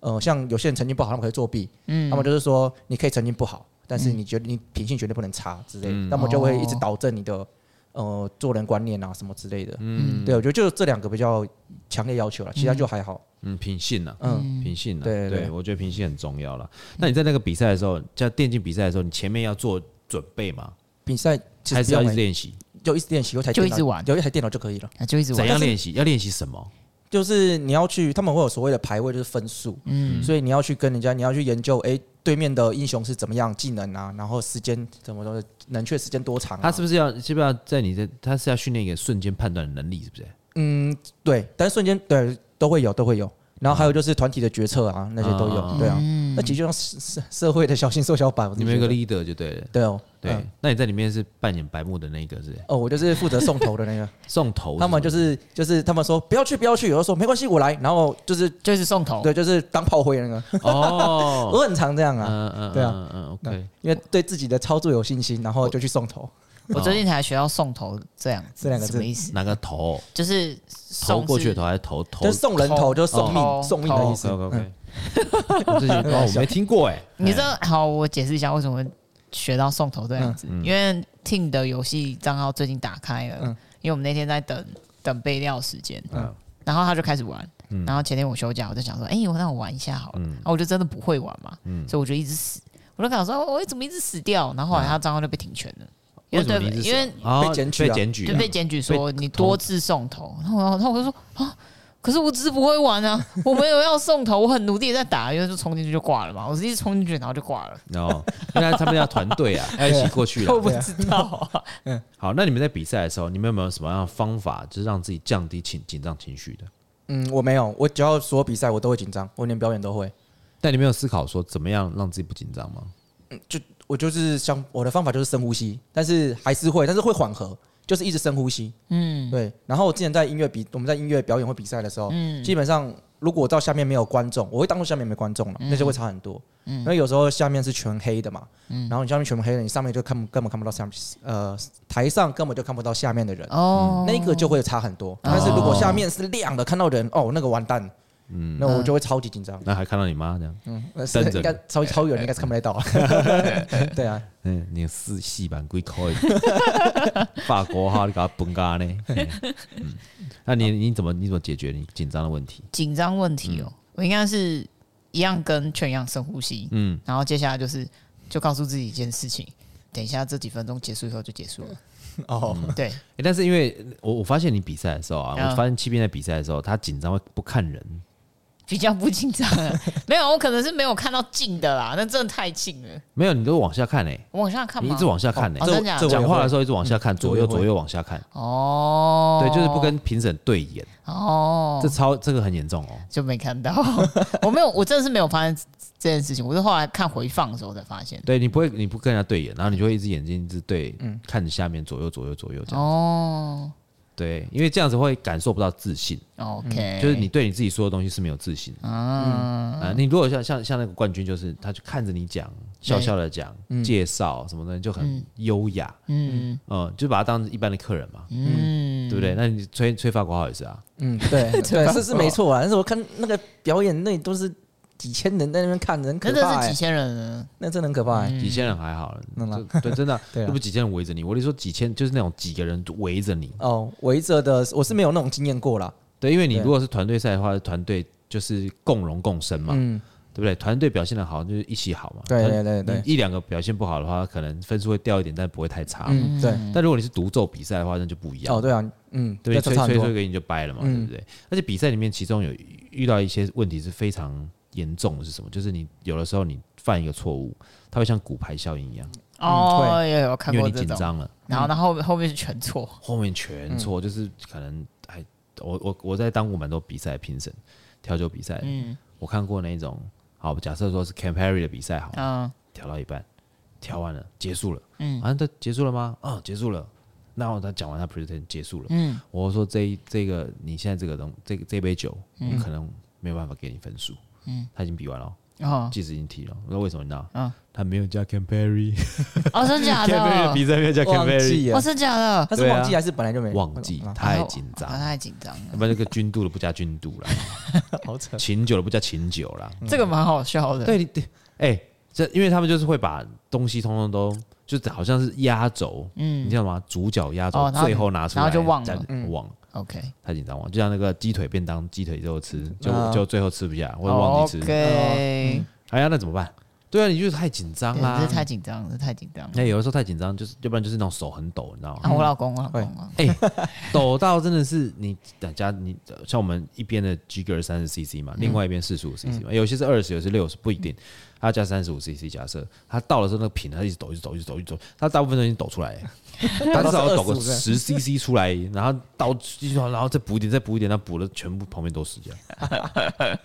C: 呃，像有些人成绩不好，他们可以作弊，
B: 嗯
C: 他们就是说你可以成绩不好，但是你觉得你品性绝对不能差之类的，
A: 嗯
C: 那么就会
B: 哦
C: 一直导正你的呃做人观念啊什么之类的。嗯，对，我觉得就这两个比较强烈要求了，其他就还好。
A: 嗯，品性呐、啊，
C: 嗯，
A: 品性呐、啊，
C: 对对
A: 对，我觉得品性很重要了。那你在那个比赛的时候，在电竞比赛的时候，你前面要做准备吗？
C: 比赛其
A: 还
C: 实
A: 是要
C: 不
A: 一
C: 用
A: 直
C: 欸
A: 练习？
C: 就一直练习，有一台
B: 就
C: 电
B: 一
C: 脑
B: 直玩
C: 有一台电脑就可以了。
B: 啊就一直玩
A: 怎样练习？要练习什么？
C: 就是你要去，他们会有所谓的排位，就是分数，嗯，所以你要去跟人家，你要去研究，哎、对面的英雄是怎么样技能啊，然后时间怎么的，冷却时间多长、啊，
A: 他是不是要是不是要在你的他是要训练一个瞬间判断的能力，是不是？
C: 嗯，对，但瞬间对都会有，都会有，然后还有就是团体的决策啊，那些都有，
A: 啊
C: 对啊，那其实就像社社社会的小型缩小版，我
A: 你
C: 自己
A: 们有一个
C: 觉得
A: leader 就对了。
C: 对哦，
A: 对，
C: 嗯
A: 那你在里面是扮演白目的那一个，是不是
C: 哦，我就是负责送头 的那个，
A: 送头什么的？
C: 他们就是就是他们说不要去不要去，有的说没关系我来，然后就是
B: 就是送头，
C: 对就是当炮灰的那个，
A: 哦，
C: 我很常这样啊，
A: 嗯嗯，
C: 对啊
A: 嗯嗯
C: 对
A: ，OK，
C: 因为对自己的操作有信心，然后就去送头。
B: 我最近才学到送头这样子，
C: 这两个字
B: 什么意思？
A: 哪哦个头？
B: 就是
A: 头
B: 送
A: 过去的
B: 是
A: 头还是头头
C: 就是送人头，就是送
B: 哦
C: 命，送命的意思。嗯
A: OK OK，这 句话我没听过哎，
B: 你知道，好，我解释一下为什么会学到送头这样
A: 嗯
B: 子，因为 Team 的游戏账号最近打开了，
C: 嗯
B: 因为我们那天在等等备料时间，
A: 嗯
B: 然后他就开始玩。然后前天我休假，我就想说，哎、我那我玩一下好了。
A: 嗯
B: 然后我就真的不会玩嘛，所以我就一直死。我就想说，哦我怎么一直死掉？然后后来他账号就被停权了，
A: 嗯为
B: 因为
A: 什么
B: 对，
A: 你一直
B: 因为
A: 哦
C: 被检举
A: 被
C: 啊
A: 检举
B: 就
A: 啊，
B: 被检举
A: 被
B: 说你多次送头，然后然后我就说啊，可是我只是不会玩啊，我没有要送头，我很努力地在打，因为就冲进去就挂了嘛，我是一直冲进去然后就挂了，
A: 然后应该哦他们要团队啊，要一起过去
B: 我
A: 了。
B: 不知道啊，
A: 好，那你们在比赛的时候，你们有没有什么样的方法，就是让自己降低紧紧张情绪的？
C: 嗯，我没有，我只要所有比赛我都会紧张，我连表演都会。
A: 但你没有思考说怎么样让自己不紧张吗？
C: 我嗯就是想我的方法就是深呼吸，但是还是会，但是会缓和，就是一直深呼吸。嗯，对。然后我之前在音乐比我们在音乐表演或比赛的时候，基本上如果我到下面没有观众，我会当做下面没观众了，那就会差很多。因为有时候下面是全黑的嘛，然后你下面全部黑的，你上面就看不根本看不到上呃台上根本就看不到下面的人。
A: 嗯
B: 哦，
C: 那个就会差很多。但是如果下面是亮的，看到人哦，那个完蛋，那我就会超级紧张。
A: 那还看到你妈这样，
C: 呃是
A: 瞪着
C: 应该超超远，应该是看不太到。对啊，
A: 嗯，你四细版龟壳， 法国哈，你给他崩嘎呢？嗯那你你怎么你怎么解决你紧张的问题？
B: 紧张问题
A: 嗯
B: 哦，我应该是一样跟全阳深呼吸，
A: 嗯，
B: 然后接下来就是就告诉自己一件事情，等一下这几分钟结束以后就结束 了，
C: 哦，
B: 对，
A: 欸但是因为我我发现你比赛的时候啊，
B: 嗯
A: 我发现七边在比赛的时候，他紧张会不看人，
B: 比较不紧张了。没有，我可能是没有看到近的啦，那真的太近了。
A: 没有，你都往下看欸诶，
B: 我往下看
A: 你
B: 吗？
A: 一直往下看
B: 哦真的假
A: 诶，
B: 的
A: 讲话的时
C: 候，
A: 候一直往下
B: 嗯
A: 看，左右
C: 这我也会
A: 左右往下看，
B: 哦，
A: 对，就是不跟评审对眼，
B: 哦，
A: 这超这个很严重哦。
B: 就没看到。 我没有，我真的是没有发现这件事情，我是后来看回放的时候才发现。
A: 对你不会，你不跟人家对眼，然后你就会一只眼睛一直对，看着下面左右左右左右这样。
B: 嗯哦
A: 对，因为这样子会感受不到自信，
B: ，OK，
A: 嗯就是你对你自己说的东西是没有自信的。
B: 啊，
A: 啊、你如果像像像那个冠军，就是他就看着你讲，笑笑的讲、介绍什么的，就很优雅，
B: 嗯
A: 嗯，就把他当一般的客人嘛，
B: 嗯，
A: 对不对？那你吹吹法国号也是啊，
C: 嗯，对对，是是没错啊。但是我看那个表演，那都是几千人在那边看，很
B: 可
C: 可
B: 是这
C: 怕
B: 是
C: 欸，
B: 几千人呢，
C: 那真的很可怕欸。
A: 哎几千人还好了，
C: 嗯啦，
A: 就对，真的啊
C: 对啊
A: 那不几千人围着你，我跟你说几千就是那种几个人围着你，
C: 哦，围着的我是没有那种经验过啦。
A: 对，因为你
C: 对啊
A: 如果是团队赛的话，团队就是共荣共生嘛，
C: 嗯，
A: 对不对？团队表现的好就是一起好嘛，
C: 对
A: 那
C: 对对对
A: 你一两个表现不好的话，可能分数会掉一点，但不会太差。
C: 嗯，对，
A: 但如果你是独奏比赛的话，那就不一样
C: 哦，。对啊，嗯，
A: 对，
C: 这
A: 吹
C: 差很
A: 吹
C: 多
A: 吹。个音就掰了嘛，对
C: 嗯
A: 不对？而且比赛里面，其中有遇到一些问题是非常严重的，是什么？就是你有的时候你犯一个错误，它会像骨牌效应一样，
B: 哦，有有
A: 嗯
B: 看
A: 因为
B: 过
A: 你
B: 这
A: 紧
B: 种，
A: 张嗯了，
B: 然后然后后面是全错，
A: 后面全错，就是可能哎，我我我在当过蛮多比赛的评审，调酒比赛，
B: 嗯
A: 我看过那种，好，假设说是 Camp Harry 的比赛，好了，
B: 嗯
A: 调到一半，调完了，结束了，
B: 嗯
A: 嗯，好像都结束了吗？啊，结束了。那我他讲完他 present 结束了，
B: 嗯，
A: 我说这一这个你现在这个东这个这杯酒，我可能没有办法给你分数。嗯，他已经比完了哦，
B: 哦
A: 计时已经提了。我说为什么你知道？
B: 嗯
A: 他没有加 Campari，Campari
B: 哦，真 假
A: 的
B: 的
A: 比，赛没有加
C: 忘
A: Campari，
C: 记
B: 哦，
C: 了，
B: 真假的，
C: 他是
A: 对啊
C: 忘记还是本来就没
A: 忘记
C: 啊
A: 太紧张
B: 哦，太紧张了，
A: 要不然这个君度的不加君度 啦，
C: 好扯。
A: 琴酒的不加琴酒啦。
B: 这个蛮好笑
A: 嗯
B: 的，
A: 对，你对，哎，这因为他们就是会把东西通通都就是好像是压轴，你
B: 嗯
A: 知道吗？主角压轴
B: 哦，然后
A: 最后拿出来，
B: 然后就忘了
A: 这样
C: 嗯
A: 忘了。
B: ，OK，
A: 太紧张了，就像那个鸡腿便当，鸡腿肉吃，就
C: 啊
A: 就最后吃不下，或者忘记吃。
B: 哦
A: 嗯
B: OK，
A: 哎呀，那怎么办？对啊，你就是太紧张
B: 对
A: 啦哎
B: 这。太紧张了，这太紧张了。
A: 那、有的时候太紧张，就是要不然就是那种手很抖，你知道
B: 啊，
A: 吗？
B: 我老公，我老公啊，
A: 哎抖到真的是你大家你像我们一边的 G 格三十 CC
B: 嗯
A: 嘛，另外一边四十五 CC 嘛，有些是二十，有些六十，不一定。他加三十五 CC，假设他到的时候那个瓶，他一直抖，一直抖，一直抖，一直抖，他大部分都已经抖出来 了，他至少要抖个
C: 25
A: 十
C: 对
A: CC 出来，然后倒进去，然后再补一点，再补一点，他补的全部旁边都是 这样。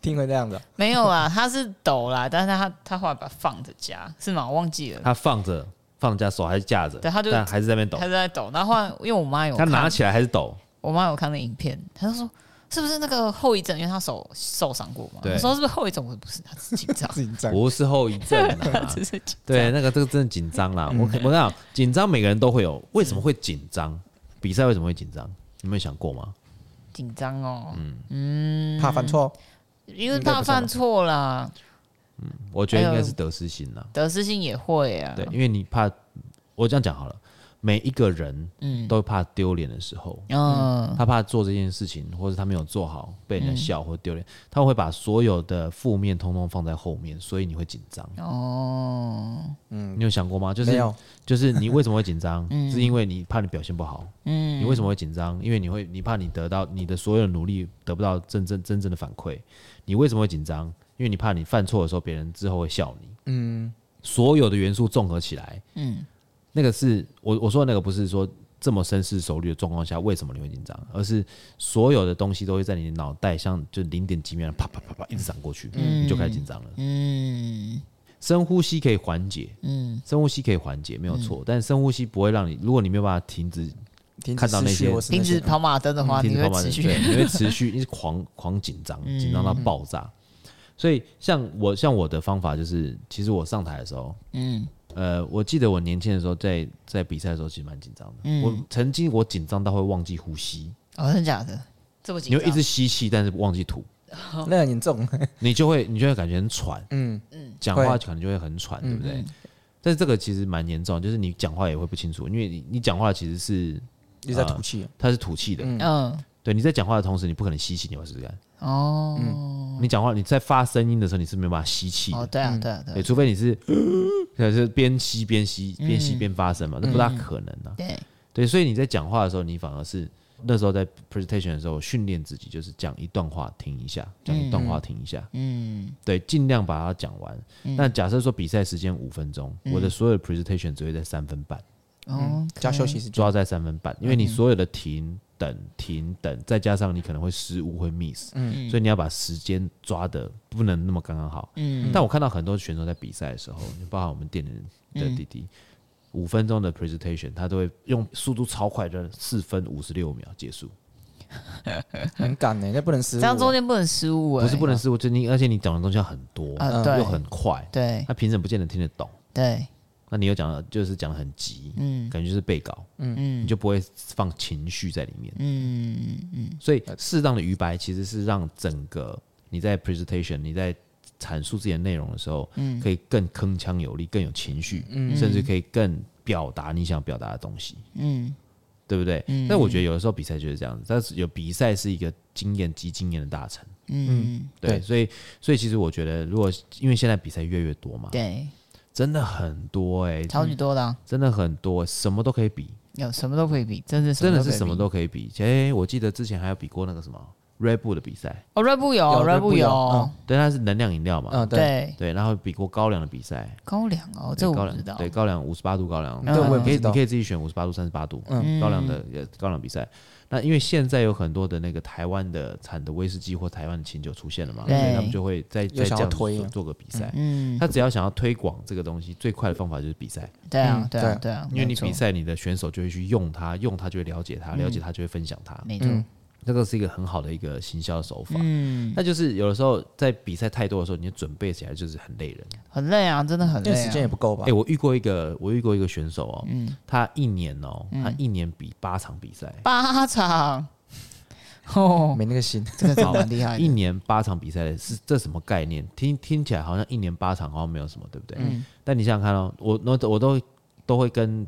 C: 听会这样子啊，，
B: 没有啦，他是抖啦，但是他他后来把它放着夹，是吗？我忘记了，
A: 他放着放家手还是架着，
B: 对他就
A: 但还是在那边抖
B: 他，就在抖。然后后来因为我妈有
A: 他
B: 看，
A: 拿起来还是抖，
B: 我妈有看那影片，她就说是不是那个后遗症？因为她手受伤过嘛。
A: 对
B: 我说是不是后遗症？我说不是，她只是紧张
C: 自己站。
A: 不是后遗症
B: 她
A: 啊。
B: 只是紧张
A: 对，，那个这个真的紧张
B: 嗯
A: 啦。我我跟你讲，紧张每个人都会有。为什么会紧张？比赛为什么会紧张？你们有想过吗？
B: 紧张哦，
A: 嗯
C: 怕犯错，
B: 因为怕犯错啦，
A: 我觉得应该是得失心啦。
B: 得失心也会啊。
A: 对，因为你怕，我这样讲好了，每一个人
B: 嗯
A: 都怕丢脸的时候，
B: 嗯
A: 他怕做这件事情，或者他没有做好被人家笑或丢脸，他会把所有的负面通通放在后面，所以你会紧张。
B: 哦，
A: 你有想过吗？就是
C: 嗯没有
A: 就是你为什么会紧 张？是因为你怕你表现不好。
B: 嗯
A: 你为什么会紧张？因为你会，你怕你得到你的所有的努力得不到真正真正的反馈。你为什么会紧张？因为你怕你犯错的时候，别人之后会笑你。嗯，所有的元素综合起来，
B: 嗯
A: 那个是我我说的那个不是说这么深思熟虑的状况下为什么你会紧张，而是所有的东西都会在你的脑袋像就零点几秒啪啪啪啪一直闪过去，你就开始紧张了。
B: 嗯
A: 深呼吸可以缓解，
B: 嗯，
A: 深呼吸可以缓解，没有错，但深呼吸不会让你，如果你没有办法停止
C: 停止
A: 看到那
C: 失血
A: 些
C: 我是那
B: 停
A: 嗯
B: 止
C: 些嗯
B: 跑马灯的话，
A: 停
B: 你
A: 止
B: 会
A: 跑马
B: 持
A: 灯，
B: 续嗯
A: 对，你会持续一直狂狂紧张，紧张到爆炸。所以像我像我的方法就是，其实我上台的时候，
B: 嗯
A: 呃，我记得我年轻的时候在在比赛的时候其实蛮紧张的，
B: 嗯
A: 我曾经我紧张到会忘记呼吸，
B: 哦，真的假的？这么紧
A: 你
B: 张？
A: 会一直吸气，但是忘记吐，
C: 那很严重。
A: 你就会你就会感觉很喘，
C: 嗯，
A: 讲话可能就会很喘，
B: 嗯
A: 对不对？但是这个其实蛮严重的，就是你讲话也会不清楚，因为你你讲话其实是
C: 一直
A: 啊
C: 在吐
B: 哦
C: 气。
A: 它是吐气的，
B: 嗯对
A: 对，你在讲话的同时，你不可能吸气，你会试试看。嗯
B: 哦
A: 你讲话你在发声音的时候，你是没有办法吸气的
B: 哦，，对啊对啊对
A: 嗯
B: 嗯啊
A: 对，除非你是就是边吸
B: 嗯
A: 边吸边吸边发声嘛，这不大可能啊。
B: 对。
A: 对，所以你在讲话的时候，你反而是那时候在 presentation 的时候，我训练自己就是讲一段话停一下，讲一段话停一下，嗯，对，尽量把它讲完。
B: 嗯
A: 那假设说比赛时间五分钟，我的所有的 presentation 只会在三分半，嗯
B: 哦，
C: 嗯加休息时
A: 主
C: 间，
A: 要在三分半，因
B: 嗯
A: 为你所有的停等停等，再加上你可能会失误会 miss，
C: 嗯
A: 所以你要把时间抓的不能那么刚刚好。
B: 嗯
A: 但我看到很多选手在比赛的时候，就包含我们店里的弟弟，
B: 嗯
A: 五、分钟的 presentation，他都会用速度超快的四分五十六秒结束，
C: 很赶呢，那不能失误
B: 这
C: 啊。
B: 样中间不能失误，欸
A: 不是不能失误，就你而且你讲的东西要很多，
B: 啊，对
A: 又很快，
B: 对
A: 那评审不见得听得懂。
B: 对，
A: 那你又讲的就是讲的很急，
B: 嗯
A: 感觉就是被告，
B: 嗯
A: 你就不会放情绪在里面。
B: 嗯嗯
A: 所以适当的余白其实是让整个你在 presentation 你在阐述自己的内容的时候，
B: 嗯
A: 可以更铿锵有力，更有情绪，
C: 嗯
A: 甚至可以更表达你想表达的东西，
B: 嗯
A: 对不对？
B: 嗯
A: 但我觉得有的时候比赛就是这样子，但是有比赛是一个经验及经验的大成，
B: 嗯，
A: 对，
C: 对
A: 所以所以其实我觉得，如果因为现在比赛越来越多嘛，
B: 对，
A: 真的很多哎、
B: 超级多的啊，
A: 真的很多，什么都可以比，
B: 有什么都可以比，真的
A: 真的是什么
B: 都
A: 都可以比。哎、我记得之前还有比过那个什么 Red Bull 的比赛，
B: 可以比哦，Red Bull 有
C: 有
B: Red
C: Red
B: Bull
C: Bull
B: 有
C: 有，
A: 对，它是能量饮料嘛，
C: 嗯，对，
B: 对，
A: 嗯对，然后比过高粱的比赛，
B: 高粱哦，
A: 对
B: 这
A: 高
B: 我不知
A: 粱
B: 道，
A: 对高粱五十八度高粱，
C: 嗯对我也不
A: 可以
C: 知道
A: 你可以自己选五十八度、三十八度，
C: 嗯
A: 高粱的呃高粱比赛。那因为现在有很多的那个台湾的产的威士忌或台湾的琴酒出现了嘛，所
B: 对
A: 以他们就会在
C: 又
A: 在这
C: 想要
A: 样子
C: 推
A: 做
C: 了
A: 做个比赛。
B: 嗯，
A: 他只要想要推广这个东西，最快的方法就是比赛，
B: 对啊
C: 嗯
B: 对啊
C: 对啊
B: 对啊，
A: 因为
B: 没
A: 你
B: 错
A: 比赛，你的选手就会去用它，用它就会了解它，了解它就会分享它。
B: 没错，
C: 嗯，
A: 这个是一个很好的一个行销手法。
B: 嗯，
A: 那就是有的时候在比赛太多的时候，你准备起来就是很累人。
B: 很累啊，真的很
C: 因为
B: 累
C: 时间
B: 啊，
C: 也不够吧
A: 哎、？我遇过一个，我遇过一个选手哦，他一年哦，他一年比八场比赛，
B: 八场， 哦，
A: 啊
C: 没那个心，
B: 这个真的蛮厉害
A: 一
B: 的，
A: 年八场比赛是这什么概念？听听起来好像一年八场好像没有什么，对不对？
B: 嗯
A: 但你想想看哦，我那我都都会跟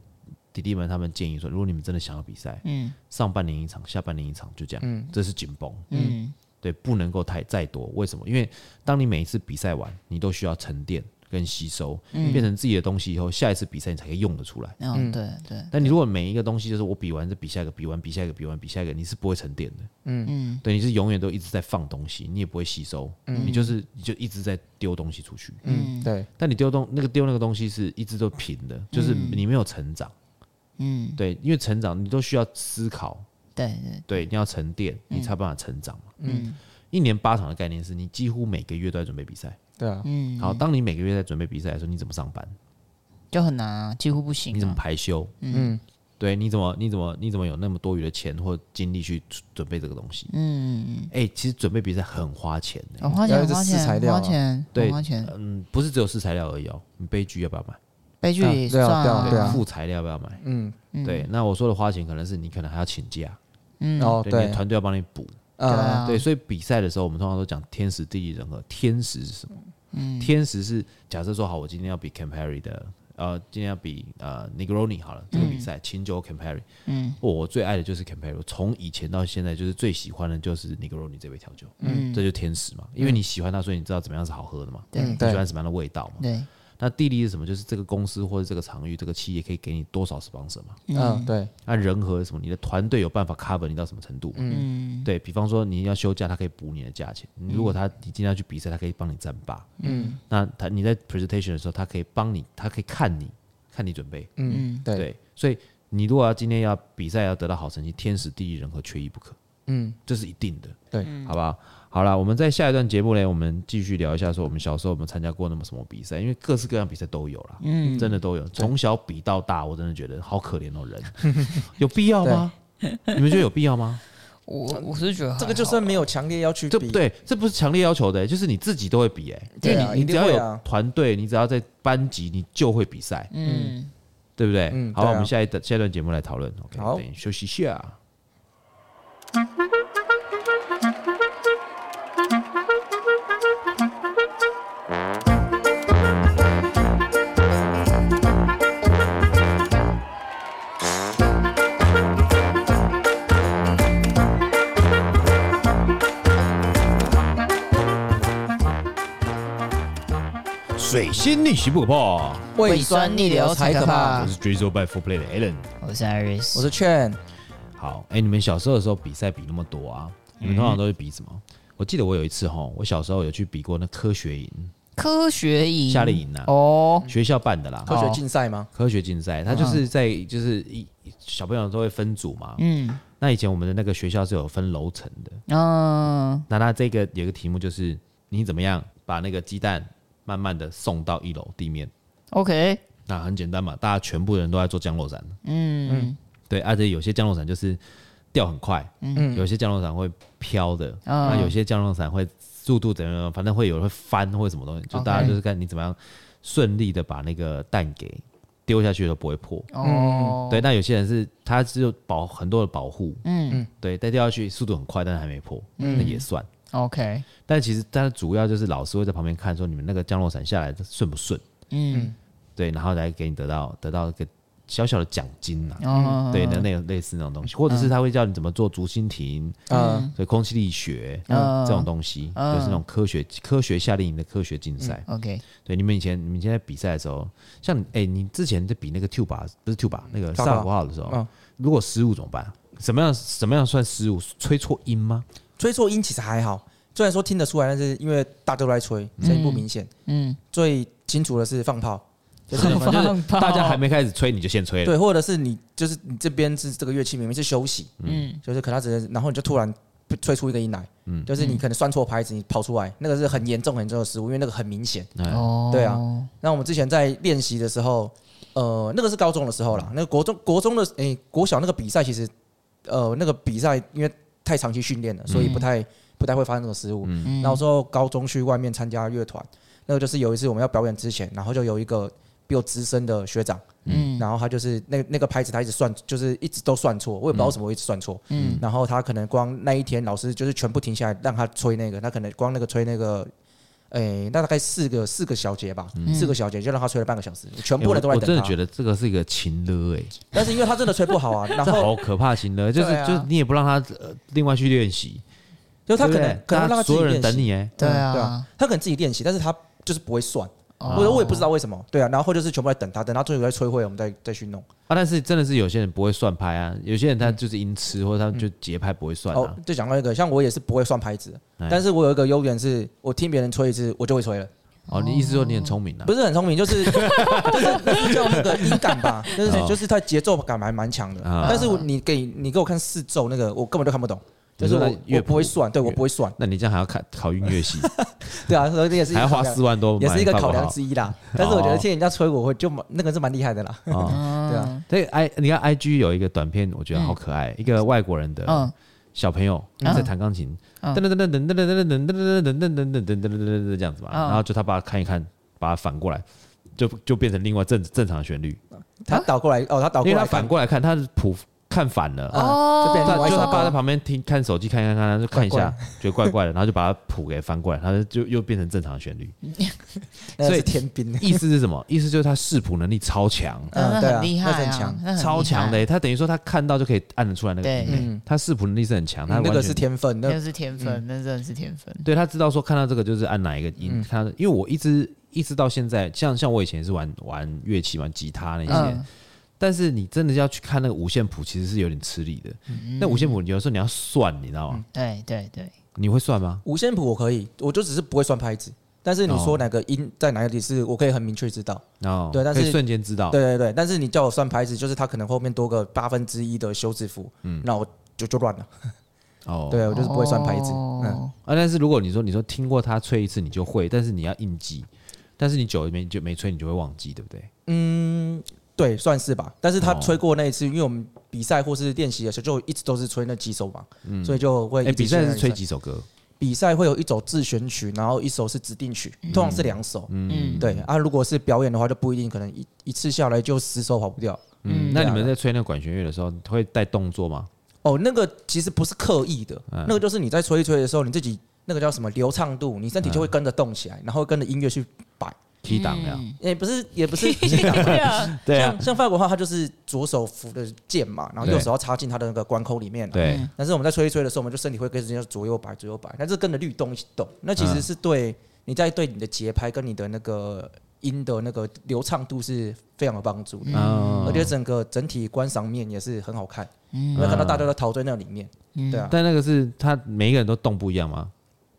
A: 弟弟们他们建议说，如果你们真的想要比赛，
B: 嗯
A: 上半年一场，下半年一场，就这样，
C: 嗯
A: 这是紧绷。
B: 嗯
A: 对，不能够太再多。为什么？因为当你每一次比赛完，你都需要沉淀跟吸收，变成自己的东西以后，下一次比赛你才可以用得出来。
B: 嗯，对对，
A: 但你如果每一个东西就是我比完这比下一个，比完比下一个，比完比下一个，你是不会沉淀的。
B: 嗯
A: 对，你是永远都一直在放东西，你也不会吸收，你就是你就一直在丢东西出去。
C: 嗯，对，
A: 但你丢东那个丢那个东西是一直都平的，就是你没有成长。
B: 嗯，
A: 对，因为成长你都需要思考，
B: 对对，
A: 对，你要沉淀，你才有办法成长嘛。嗯，一年八场的概念是你几乎每个月都在准备比赛。
C: 对啊，
B: 嗯，
A: 好，当你每个月在准备比赛的时候，你怎么上班？
B: 就很难啊，几乎不行啊，
A: 你怎么排休？
C: 嗯，
A: 对，你怎么你怎么你怎么有那么多余的钱或精力去准备这个东西？
B: 嗯，
A: 哎、其实准备比赛很花钱的、
B: 哦我花
C: 要
B: 钱
C: 一直
B: 花
C: 试材
B: 钱
C: 料
B: 花
C: 啊
B: 钱哦
A: 对
B: 花钱，
A: 嗯，不是只有试材料而已哦，你杯具要不要买？
B: 悲剧
C: 对啊
B: 也
C: 对
B: 算
C: 啊对啊对啊
A: 副材料要不要买？
C: 嗯，
A: 对，那我说的花钱可能是你可能还要请假，
B: 嗯
C: 哦，
A: 对，你
C: 对
A: 的，团队要帮你补。
B: 对
C: 嗯，
B: 啊，
A: 对，所以比赛的时候，我们通常都讲天时地利人和。天时是什么？
B: 嗯
A: 天时是假设说好，我今天要比 Campari 的，呃，今天要比呃 Negroni 好了，这个比赛琴酒 Campari，
B: 嗯
A: 哦我最爱的就是 Campari，我从以前到现在就是最喜欢的就是 Negroni 这杯调酒，
B: 嗯
A: 这就是天时嘛，因为你喜欢它，所以你知道怎么样是好喝的嘛，
B: 对
A: 你喜欢什么样的味道嘛。
B: 对，
A: 那地利是什么？就是这个公司或者这个场域、这个企业可以给你多少 sponsor 嘛？
C: 嗯，对，
A: 那人和是什么？你的团队有办法 cover 你到什么程度嘛？
B: 嗯
A: 对比方说你要休假，他可以补你的价钱。你如果他你今天要去比赛，他可以帮你占八。
C: 嗯
A: 那他你在 presentation 的时候，他可以帮你，他可以看你看你准备。
C: 嗯，对，
A: 对，所以你如果要今天要比赛要得到好成绩，天时地利人和缺一不可，
C: 嗯，
A: 这是一定的。
C: 对，
A: 好不好？好了，我们在下一段节目呢，我们继续聊一下说我们小时候有没有参加过那么什么比赛，因为各式各样比赛都有啦，嗯，真的都有，从小比到大，我真的觉得好可怜哦，人 有必要吗？你们觉得有必要吗？
B: 我我是觉得
C: 这
B: 还
C: 个就
B: 好
C: 算没有强烈要去
A: 这
C: 比，
A: 对，这不是强烈要求的、欸就是你自己都会比、欸，因
C: 对
A: 为
C: 啊
A: 你
C: 一
A: 你只
C: 定
A: 要
C: 会
A: 有
C: 啊
A: 团队，你只要在班级，你就会比赛，
B: 嗯
A: 对不对？
C: 嗯
A: 好，
C: 对啊
A: 我们下一段下一段节目来讨论。OK，
C: 好
A: 等一下休息一下。水星逆袭不可破，
B: 胃酸逆流才可怕
A: 我是追 r i z z l by Four Play 的 Alan。
B: 我是 Iris，
C: 我是劝，
A: 好，哎、你们小时候的时候比赛比那么多啊？你们通常都会比什么？我记得我有一次哈，我小时候有去比过那科学营、
B: 科学营
A: 夏令营啊呐、
B: 哦，
A: 学校办的啦，
C: 科学竞赛吗？
A: 科学竞赛，它就是在就是一小朋友都会分组嘛。
B: 嗯
A: 那以前我们的那个学校是有分楼层的，
B: 嗯
A: 那它这个有一个题目就是你怎么样把那个鸡蛋慢慢的送到一楼地面。
B: ，OK，
A: 那很简单嘛，大家全部人都在做降落伞，
B: 嗯
A: 对，而且有些降落伞就是掉很快，
C: 嗯
A: 有些降落伞会飘的，
B: 嗯
A: 那、有些降落伞会速度怎样怎样，反正会有人会翻或者什么东西，就
B: OK
A: 大家就是看你怎么样顺利的把那个蛋给丢下去都不会破。
B: 哦，
A: 对，那有些人是他只有保很多的保护，
B: 嗯
A: 对，但掉下去速度很快，但是还没破，那也算。
B: ，OK，
A: 但其实，但主要就是老师会在旁边看，说你们那个降落伞下来的顺不顺，
B: 嗯
A: 对，然后来给你得到得到一个小小的奖金啊，
B: 哦，嗯
A: 对，那那种类似那种东西，或者是他会教你怎么做竹蜻蜓，
C: 嗯，
A: 所以空气力学、
B: 嗯
A: 这种东西，
B: 嗯
A: 就是那种科学科学夏令营的科学竞赛。
B: OK，
A: 对，你们以前你们以前在比赛的时候，像你哎、你之前在比那个 tuba 不是 tuba 那个
C: 跳
A: 萨
C: 高
A: 符号的时候，
C: 嗯
A: 如果失误怎么办？什么样什么样算失误？吹错音吗？
C: 吹错音其实还好，虽然说听得出来，但是因为大家都在吹，声音不明显。
B: 嗯，
C: 最清楚的是放炮，
A: 就是反正就是
B: 放炮
A: 大家还没开始吹你就先吹了。
C: 对，或者是你就是你这边是这个乐器明明是休息，
B: 嗯
C: 就是可能它只是，然后你就突然吹出一个音来，
A: 嗯
C: 就是你可能算错拍子，你跑出来，那个是很严重很严重的失误，因为那个很明显。
A: 哎
B: 哦，
C: 对啊，那我们之前在练习的时候，呃，那个是高中的时候啦，那个国中国中的诶、国小那个比赛其实，呃，那个比赛因为太长期训练了，所以不太、不太会发生这种失误。
B: 嗯
C: 然后之后高中去外面参加乐团，那个就是有一次我们要表演之前，然后就有一个比我资深的学长，
B: 嗯
C: 然后他就是那那个拍子他一直算，就是一直都算错，我也不知道为什么我一直算错。
B: 嗯
C: 然后他可能光那一天老师就是全部停下来让他吹那个，他可能光那个吹那个，诶，那大概四个四个小节吧，四个小节就让他吹了半个小时，全
A: 嗯
C: 部
A: 哎我
C: 人都在
A: 我真
C: 等
A: 的
C: 他
A: 觉。得这个是一个情勒哎、
C: 但是因为他真的吹不好啊， 然
A: 这
C: 后
A: 好可怕的情勒，就是、
C: 对啊
A: 就是你也不让他、呃、另外去练习，
C: 就他
A: 对
C: 可
A: 不对
C: 能可
A: 大
C: 能让
A: 家
C: 他自
A: 所
C: 己
A: 有人
C: 练
A: 等
C: 习，
A: 你哎、
B: 对
C: 嗯对
B: 啊
C: 啊，他可能自己练习，但是他就是不会算，
B: 哦
C: 我我也不知道为什么。对啊，然后就是全部在等他，等他最后再吹会，我们再再去弄。
A: 啊，但是真的是有些人不会算拍啊，有些人他就是音痴，或者他就节拍不会算
C: 嗯哦
A: 啊。，
C: 就讲到一个，像我也是不会算拍子，
A: 哎
C: 但是我有一个优点是，我听别人吹一次，我就会吹了。
A: 哦，你意思说你很聪明啊？
C: 不
A: 是，
C: 是很聪明，就是 就是叫那个音感吧，就是
A: 哦
C: 就是它节奏感还蛮强的
A: 啊。
C: 但是我你给你给我看四奏那个，我根本就看不懂，
A: 你
C: 就是
A: 说
C: 我
A: 它乐
C: 我
A: 谱
C: 不会算，对我不会算，
A: 那你这样还要看考音乐 系，
C: 对啊，所以这也是一
A: 还
C: 个
A: 要花
C: 考量
A: 四万多，
C: 也是一个
A: 买饭不
C: 考量
A: 好
C: 之一啦。但是我觉
A: 哦
C: 得听人家吹，我会就蛮那个是蛮厉害的啦。
B: 嗯
A: 啊。
C: 对啊，
A: 所以 i 你看 i g 有一个短片，我觉得好可
C: 嗯
A: 爱，一个外国人
C: 哦
A: 的
B: 嗯
A: 小朋友
B: 嗯
A: 在弹钢琴，
B: 嗯
A: 噔噔噔噔噔噔噔噔噔噔噔噔噔噔噔噔噔这样子嘛，
B: 嗯
A: 然后就他把它看一看，把它反过来，就就变成另外正正常的旋律，
C: 他倒过来哦，他倒
A: 啊因为
C: 过来
A: 他
C: 看，
A: 反过来看，他的谱看反了。
B: 哦
C: 嗯，就变成另
A: 他
C: 外一
A: 就
C: 首
A: 他
C: 歌
A: 爸在旁边听看手机，看看看，他就看一
C: 怪
A: 下，觉得怪怪的，然后就把他谱给翻过来，他就又变成正常的旋律。
C: 那个
A: 所以嗯
C: 是天兵。欸
A: 意思是什么？意思就是他视谱能力超强，
B: 那很厉害
C: 那很
B: 啊
C: 强，
B: 那很厉害
A: 超强的、欸，他等于说他看到就可以按得出来那个
B: 对
A: 音欸
C: 嗯
A: 他视谱能力是很强，他
C: 嗯那
A: 完
C: 个
A: 全
C: 是天分，那
B: 那是天分，那真的是天分。
A: 对他知道说看到这个就是按哪一个
C: 嗯
A: 音，看到因为我一直一直到现在，像像我以前也是玩玩乐器玩吉他那些。
B: 嗯
A: 但是你真的要去看那个五线谱，其实是有点吃力的。
C: 嗯
A: 那五线谱有时候你要算，你知道吗？
B: 对对对，
A: 你会算吗？
C: 五线谱我可以，我就只是不会算拍子。但是你
A: 哦
C: 说哪个音在哪里是我可以很明确知道。
A: 然后
C: 对但
A: 可以
C: 是
A: 瞬间知道。
C: 对对对，但是你叫我算拍子，就是它可能后面多个八分之一的休止符，那我就就乱了。
A: 嗯哦，
C: 对，我就是不会算拍子。嗯，
B: 哦
A: 啊，但是如果你说你说听过他吹一次你就会，但是你要硬记，但是你久了没就没吹你就会忘记，对不对？
C: 对，算是吧。但是他
A: 哦
C: 吹过那一次，因为我们比赛或是练习的时候，就一直都是吹那几首嘛，所以就会
A: 哎、
C: 一直
A: 比赛
C: 在那
A: 是
C: 里
A: 吹？几首歌？
C: 比赛会有一首自选曲，然后一首是指定曲，通常是两首。
B: 嗯
C: 对啊，如果是表演的话，就不一定，可能一一次下来就十首跑不掉。
A: 嗯，
B: 嗯
A: 那
C: 对
A: 你
C: 啊
A: 们在吹那个管弦乐的时候会带动作吗？
C: 哦，那个其实不是刻意的，那个就是你在吹一吹的时候，你自己那个叫什么流畅度，你身体就会跟着动起来，然后跟着音乐去摆。
A: 踢档呀，
C: 嗯 也不是，也不 是
B: 对啊，
A: 对啊，
C: 像像法国的话，它就是左手扶着剑嘛，然后右
A: 对
C: 手要插进它的那个关口里面、啊。
A: 对，
C: 但是我们在吹一吹的时候，我们就身体会跟着人家左右摆、
A: 嗯
C: 左右摆，那是跟着律动一起动。那其实是对你在对你的节拍跟你的那个音的那个流畅度是非常有帮助的，
A: 嗯
C: 而且整个整体观赏面也是很好看，
B: 嗯
C: 因为看到大家都陶醉在那里面。对啊，
A: 但那个是他每一个人都动不一样吗？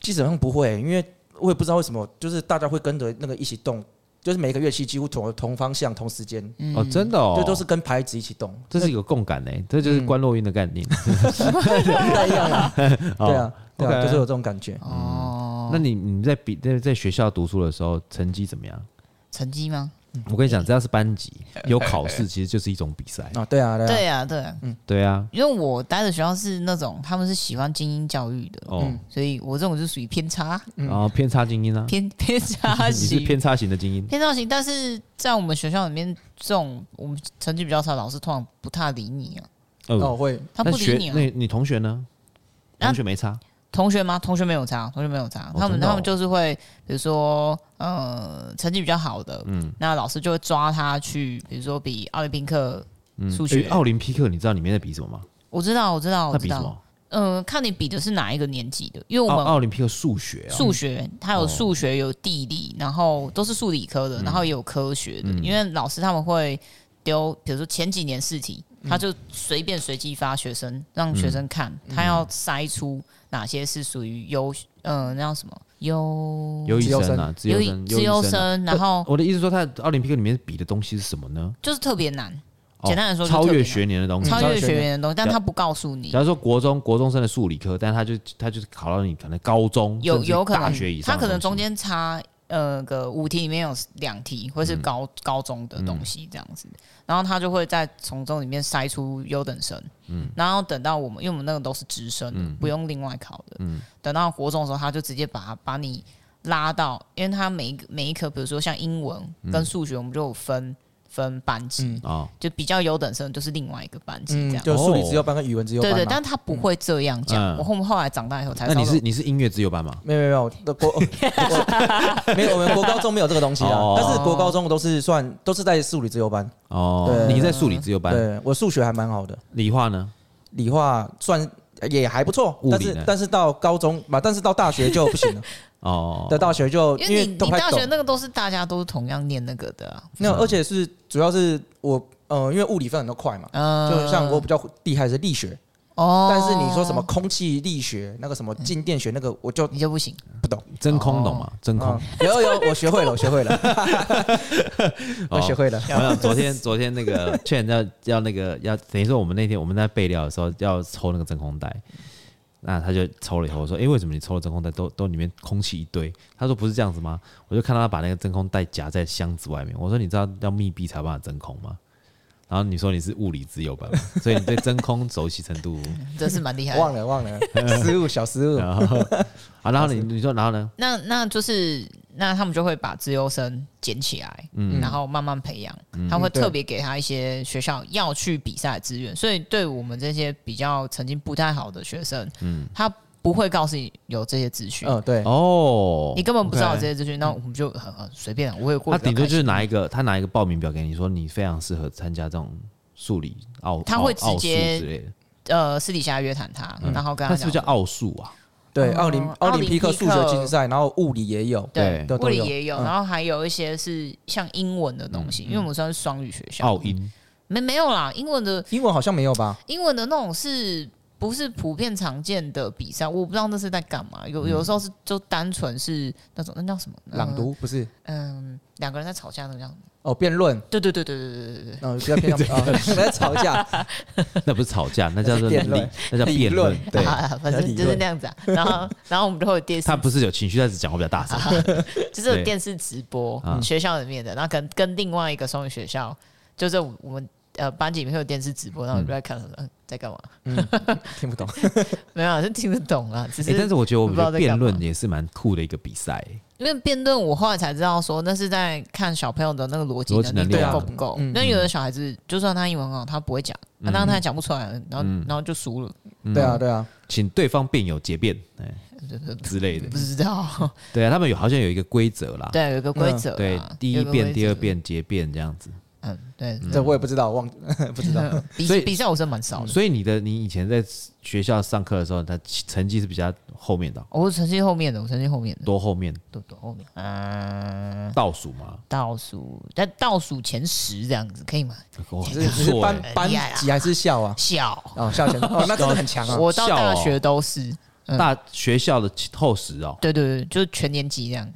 C: 基本上不会、因为我也不知道为什么，就是大家会跟着那个一起动，就是每个乐器几乎同同方向、同时间，
A: 哦，真的哦，
C: 就都是跟拍子一起动，
A: 这是有共感
B: 嗯
A: 呢，这就是关洛音的概 念。
C: 不太一样啦。对
A: 哦，
C: 啊，对啊，
A: OK
C: 就是有这种感觉。
B: 哦，
A: 那你你在比在在学校读书的时候成绩怎么样？
B: 成绩吗？
A: 我跟你讲，只要是班级有考试，其实就是一种比赛。
C: 啊，对啊，对啊，
B: 对啊，对啊，
A: 对啊，
B: 因为我待的学校是那种他们是喜欢精英教育的，
A: 哦，
B: 所以我这种就属于偏差
A: 然后偏差精英啊，
B: 嗯 偏偏差
A: 你是
B: 型，
A: 偏差型的精英。
B: 偏差型。但是在我们学校里面，这种我们成绩比较差，老师通常不太理你啊，
C: 哦
A: 哦，
C: 会，
B: 他
A: 那
B: 不理
A: 学
B: 你啊。
A: 那你同学呢？
B: 啊
A: 同学没差，
B: 同学吗？同学没有差，同学没有差。
A: 哦
B: 他们
A: 真的哦
B: 他们就是会，比如说，呃，成绩比较好的，嗯，那老师就会抓他去，比如说比奥林匹克数
A: 诶
B: 学。哦
A: 奥林匹克，你知道里面在比什么吗？
B: 我知道，我知道，我
A: 他
B: 知
A: 比什
B: 道。
A: 么？哦
B: 嗯、看你比的是哪一个年级的，因为我
A: 奥
B: 们
A: 奥林匹克数学啊，
B: 数学，它有
A: 哦嗯
B: 数学，有地理，然后都是数理科的，然后也有科学的。因为老师他们会丢，比如说前几年试题，他就随便随机发学生，让学生看，
A: 嗯
B: 他要筛出哪些是属于优，呃，那叫什么优
A: 优异
C: 自由
A: 生啊，自由生，
B: 自由
A: 优生啊。
B: 生，然后
A: 我的意思说，他奥林匹克里面比的东西是什么呢？
B: 就是特别难，
A: 哦
B: 简单来说就
A: 超
B: 特
A: 越
B: 别难
A: 学年的东西。
B: 啊超
C: 超
B: 越
C: 越学
B: 学
C: 年
B: 员的东西，但他不告诉你
A: 假。如说国中国中生的数理科，但他就他就是考到你可能高中
B: 有
A: 甚至
B: 有可
A: 大
B: 能
A: 学以，上
B: 他
A: 的东西，
B: 可能中间差呃个五题里面有两题，或是
A: 嗯
B: 高、高中的东西这样子，然后他就会在从中里面筛出优等生，嗯，然后等到我们，因为我们那个都是直升
A: 嗯
B: 的，不用另外考的，嗯，等到国中的时候，他就直接把把你拉到，因为他每一个每一科，比如说像英文
A: 嗯
B: 跟数学，我们就有分分班级，
C: 嗯
A: 啊，
B: 就比较优等生就是另外一个班级这
C: 嗯，
B: 样。
C: 就数
A: 哦
C: 理只有班跟语文只有
B: 对
C: 班
B: 对，
C: 嘛
B: 但他不会这样讲。
A: 嗯
B: 我后后来长大以后才
A: 那
B: 知道
A: 你是你是音乐自由班吗？
C: 没有没有没有，的国 我没有，我们国高中没有这个东西啊
A: 哦。
C: 但是国高中都是算都是在数理自由班，
A: 哦，
C: 对
A: 你在数理自由班，
C: 对我数学还蛮好的，
A: 理化呢？
C: 理化算也还不错，
A: 物理
C: 但
A: 呢
C: 是但是到高中嘛，但是到大学就不行了，
A: 哦，
C: 到大学就
B: 因
C: 因
B: 为
C: 为
B: 你
C: 都
B: 你
C: 不
B: 大
C: 太
B: 学
C: 懂。
B: 那个都是大家都同样念那个的、啊，
C: 那而且是主要是我呃，因为物理分很多块嘛，
B: 嗯，
C: 就像我比较厉害是力学，
B: 哦，
C: 但是你说什么空气力学那个什么静电学那个我就
A: 嗯
B: 你就不行，
C: 不懂。
A: 真空懂吗？真空
C: 嗯。有有，我学会了，我学 会了，我学会了。
A: 我想昨天昨天那个劝要要那个要等于说我们那天我们在备料的时候要抽那个真空袋，那他就抽了以后我说，哎、为什么你抽了真空袋都都里面空气一堆？他说不是这样子吗？我就看到他把那个真空袋夹在箱子外面，我说你知道要密闭才有办法真空吗？然后你说你是物理自由班嘛， 所以你对真空熟悉程度，
B: 真是蛮厉害的。
C: 忘了忘了，失误小失误。
A: 然后啊，然后你你说然后呢？
B: 那那就是那他们就会把自优生捡起来，嗯，然后慢慢培养，
A: 嗯
B: 他会特别给他一些学校要去比赛的资源，所以对我们这些比较成绩不太好的学生，嗯，他不会告诉你有这些资讯。
C: 嗯，对，
A: 哦
B: 你，根本不知道
C: OK
B: 这些资讯，那我们就很很随便啊，我也过
A: 他
B: 得比较
A: 顶多
B: 开心
A: 就是拿一个他拿一个报名表给你说你非常适合参加这种数理奥，
B: 他会
A: 奥奥数
B: 直接
A: 之类的。
B: 呃私底下约谈他，然后跟
A: 嗯
B: 他
A: 那是不
B: 讲
A: 是叫奥数啊？
C: 对，
B: 哦
C: 奥林
B: 奥
C: 奥
B: 林
C: 林匹克
B: 匹
C: 数学
B: 克
C: 竞赛，然后物理也有，
B: 对
C: 都，
B: 物
C: 都
B: 理
C: 有
B: 也有，
C: 嗯
B: 嗯然后还有一些是像英文的东西，因为我们算是双语学校，
A: 奥 音
B: 没没有啦，英文的
C: 英文好像没有吧？
B: 英文的那种是不是普遍常见的比赛？我不知道那是在干嘛，有有时候是就单纯是那种那叫什么呃
C: 朗，读不是？
B: 嗯，嗯两个人在吵架那个样子，
C: 哦，辩论，
B: 对对对对对对对对。
C: 嗯，比较偏向啊， 我们在吵架，
A: 那不是吵架，那叫做
C: 辩论
A: 理，那叫辩论
C: 理。论
A: 对，
B: 啊，反正就是那样子啊。然 后，然后我们都会有电视
A: 他不是有情绪，他只讲话比较大声。
B: 就是有
A: 对
B: 电视直播嗯
A: 啊，
B: 学校里面的，然后跟跟另外一个双语学校，就是我们呃班级里面会有电视直播，然后我们就在看，嗯，在干嘛？
C: 听不懂。
B: 没有啊，是听得懂啊，只是
A: 诶哎但是我觉得我
B: 不
A: 们
B: 知道
A: 的
B: 在
A: 辩
B: 干
A: 论
B: 嘛
A: 也是蛮酷的一个比赛。
B: 因为辩论，我后来才知道说那是在看小朋友的那个逻辑
A: 逻辑
B: 能
A: 能力
B: 力
A: 啊
B: 够不够
C: 嗯嗯。
B: 那有的小孩子就算他英文很好，他不会讲，
A: 嗯
B: 那当然他也讲不出来，然后然后就输了，
C: 对啊，对啊，
A: 请对方辩友结辩， 哎之类的
B: 不。知 道。
A: 对啊，他们有好像有一个规则啦。
B: 对，有一个规则啊，
A: 对，第
B: 有
A: 一
B: 个
A: 遍、
B: 规则
A: 第二，遍结辩这样子。
B: 嗯，对，
C: 这我也不知道，忘 不知道。
B: 嗯 比
A: 所以嗯
B: 比赛我是蛮少的，
A: 所以你的你以前在学校上课的时候，他成绩是比较后面的哦，
B: 我是成绩后面的，我成绩后面的，
A: 多后面
B: 多多后面，嗯，
A: 倒数嘛，
B: 倒数在倒数前十这样子可以吗？
A: 哇
C: 只
A: 不
C: 是只是
A: 错
C: 班
A: 欸
C: 班
B: 厉害啊
C: 级还是校啊？
B: 小，
C: 哦，校前哦，那真的很强啊！
B: 我到
A: 校
B: 大
A: 哦
B: 学都是，嗯
A: 大学校的后十哦，
B: 对对对，就是全年级这样。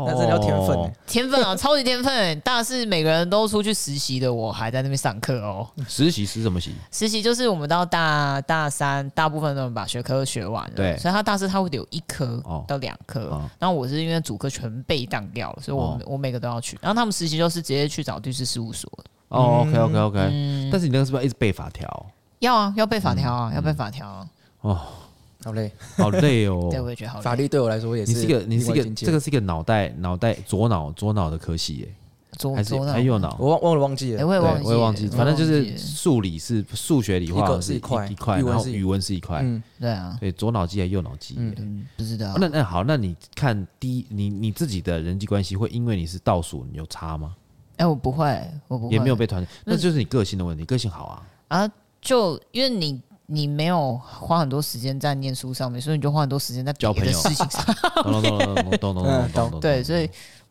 C: 那真的要天分欸
A: 哦
B: 天分啊，超级天分！大四每个人都出去实习的，我还在那边上课哦。
A: 实习是什么习？
B: 实习就是我们到大大三，大部分都能把学科学完了，
A: 对
B: 所以他大四他会留一科
A: 哦
B: 到两科。
A: 哦
B: 然后我是因为主科全被当掉了，所以我、
A: 哦
B: 我每个都要去。然后他们实习就是直接去找律师事务所，
C: 嗯
A: 哦，OK OK OK，但是你那个是不是要一直背法条？
B: 要啊，要背法条
A: 嗯
B: 啊，要背法条啊。
C: 好嘞，
A: 好累哦。
B: 对，我也觉得好累。
C: 法律 对我来说也
A: 你是一个，你是一
C: 另外
A: 个，
C: 境界
A: 这个是一个脑袋脑袋左脑左脑的科系耶，
B: 左
A: 还是
B: 左脑
A: 还，右脑？
C: 我忘忘了忘记
B: 哎，
C: 了。
B: 我也
A: 对
B: 忘记了，
A: 我也忘记，反正就
B: 我也
A: 是
B: 忘记了
A: 数理是数学理化
C: 一
A: 好
C: 个
A: 像
C: 是
A: 是
C: 一块
A: 一块，
C: 语文
A: 然后
C: 是一
A: 语文是一块，
C: 嗯，
B: 对啊，
A: 对，左脑记还是右脑记耶？
B: 嗯，不知道
A: 哦。那那好，那你看第一，你你自己的人际关系会因为你是倒数，你有差吗？
B: 哎，我不会，我不会，
A: 也没有被团，那就是你个性的问题，个性好 啊。
B: 啊，就因为你你没有花很多时间在念书上面，所以你就花很多时间 在
A: 交
B: 别的
A: 朋友
B: 事情上。
A: 懂懂懂懂懂懂懂懂懂。
B: 嗯对，所以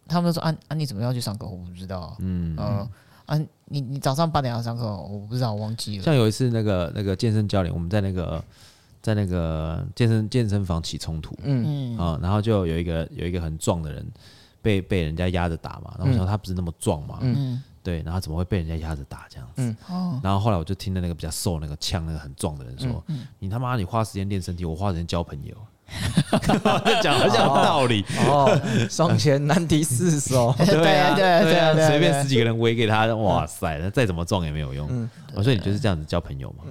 B: 他们就说啊啊，你怎么要去上课？我不知道啊。嗯呃啊，你你早上八点要上课哦，我不知道，我忘记了。。
A: 像有一次那个那个健身教练，我们在那个在那个健身健身房起冲突，嗯啊、然后就有一个有一个很壮的人被被人家压着打嘛，然后我想他不是那么壮嘛，嗯，对，然后怎么会被人家压着打这样子？然后后来我就听到那个比较瘦那个呛那个很壮的人说：“你他妈你花时间练身体，我花时间交朋友。”在讲很讲道理，
C: 哦，双拳难敌四手
B: 对啊
A: 啊，
B: 对啊
A: 对
B: 对啊对啊
A: 随
B: 对
A: 便
B: 啊嗯
A: 十几个人围给他，哇塞，那再怎么壮也没有用。我说你就是这样子交朋友嘛，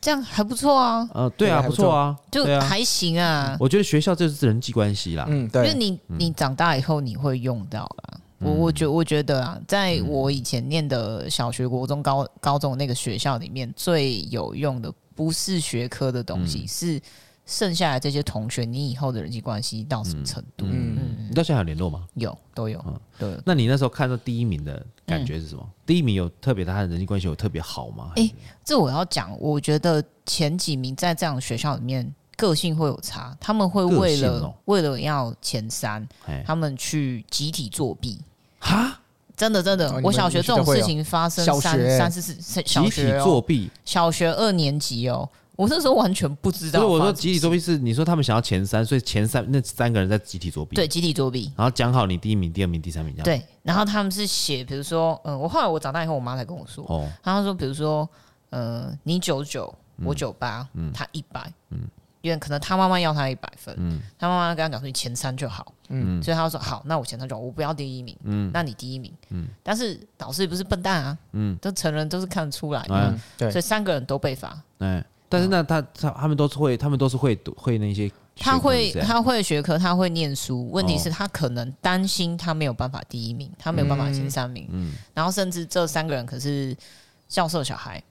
B: 这样还不错嗯啊，
A: 呃，对啊，
C: 还
A: 不
C: 不
A: 错啊，
B: 就
A: 对啊，
B: 还行啊。
A: 我觉得学校就是人际关系啦，
C: 嗯，
B: 因为
C: 对，
B: 你你长大以后你会用到啦。我
A: 嗯
B: 我觉我觉得啊，在我以前念的小学、国中、高高中那个学校里面，最有用的不是学科的东
A: 嗯
B: 西，是剩下来这些同学你以后的人际关系到什么程度，
A: 嗯，你到现在还有联络吗？
B: 有都有都有。
A: 那你那时候看到第一名的感觉是什么？
B: 嗯
A: 第一名有特别他的人际关系有特别好吗？
B: 哎这我要讲，我觉得前几名在这样的学校里面。个性会有差，他们会为
A: 个
B: 了、
A: 性哦
B: 为了要前三，
A: 哎，
B: 他们去集体作弊。
A: 哈，
B: 真的真的，
C: 哦你
B: 我
C: 们
B: 小学
C: 你
B: 这
C: 们
B: 种
C: 学校会
B: 事
C: 哦
B: 情发生
C: 小
B: 三
C: 学
B: 三四四小
A: 集体
B: 学
A: 作
B: 哦，
A: 弊，
B: 小学二年级哦，我那时候完全不知
A: 所
B: 道
A: 以
B: 发生什么事。
A: 我说集体作弊是你说他们想要前三，所以前三那三个人在集体作弊，
B: 对，集体作弊。
A: 然后讲好你第一名、第二名、第三名这样，，
B: 对，然后他们是写，比如说，嗯，我后来我长大以后，我妈才跟我说，
A: 哦，
B: 她说，比如说，呃，你九九，我九八，她一百，嗯，因为可能她妈妈要她一百分，嗯，她妈妈跟她讲说你前三就好，嗯，所以她说好，那我前三就好，我不要第一名，嗯，那你第一名，嗯，但是老师也不是笨蛋啊，嗯，都成人都是看得出来的，
A: 嗯
C: 嗯，对
B: 所以，三个人都被罚。
A: 哎，但是那他他他们都是会，他们都是会读会那些学科
B: 他会
A: 这样哦
B: 他会学科，他会念书。问题是，他可能担心他没有办法第一名，他没有办法前三名。
A: 嗯
B: 然后甚至这三个人可是教授小孩，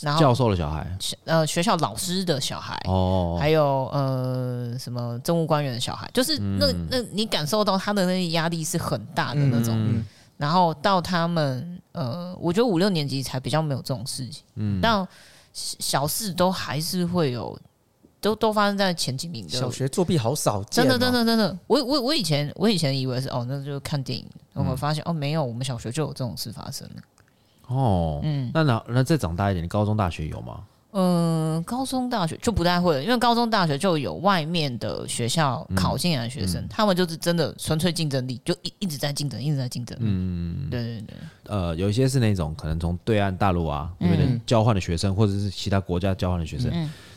B: 然后
A: 教授的小孩
B: 呃学校老师的小孩，
A: 哦，
B: 还有呃什么政务官员的小孩，就是那、那你感受到他的那个压力是很大的那种。
C: 嗯
B: 然后到他们呃，我觉得五六年级才比较没有这种事情，嗯，但小事都还是会有，都都发生在前几名的。
C: 小学作弊好少见
B: 真
C: 哦，
B: 的，真的，真的，我我我以前我以前以为是哦，那就是看电影，然
C: 嗯
B: 后我发现、哦，没有，我们小学就有这种事发生了。
A: 哦，嗯，那那那再长大一点，你高中大学有吗？
B: 嗯、高中大学就不太会了，因为高中大学就有外面的学校
A: 嗯
B: 考进来的学生，他们就是真的纯粹竞争力，就一一直在竞争，一直在竞争。嗯，对对对，
A: 呃，有一些是那种可能从对岸大陆啊
B: 嗯
A: 那边的交换的学生，或者是其他国家交换的学生，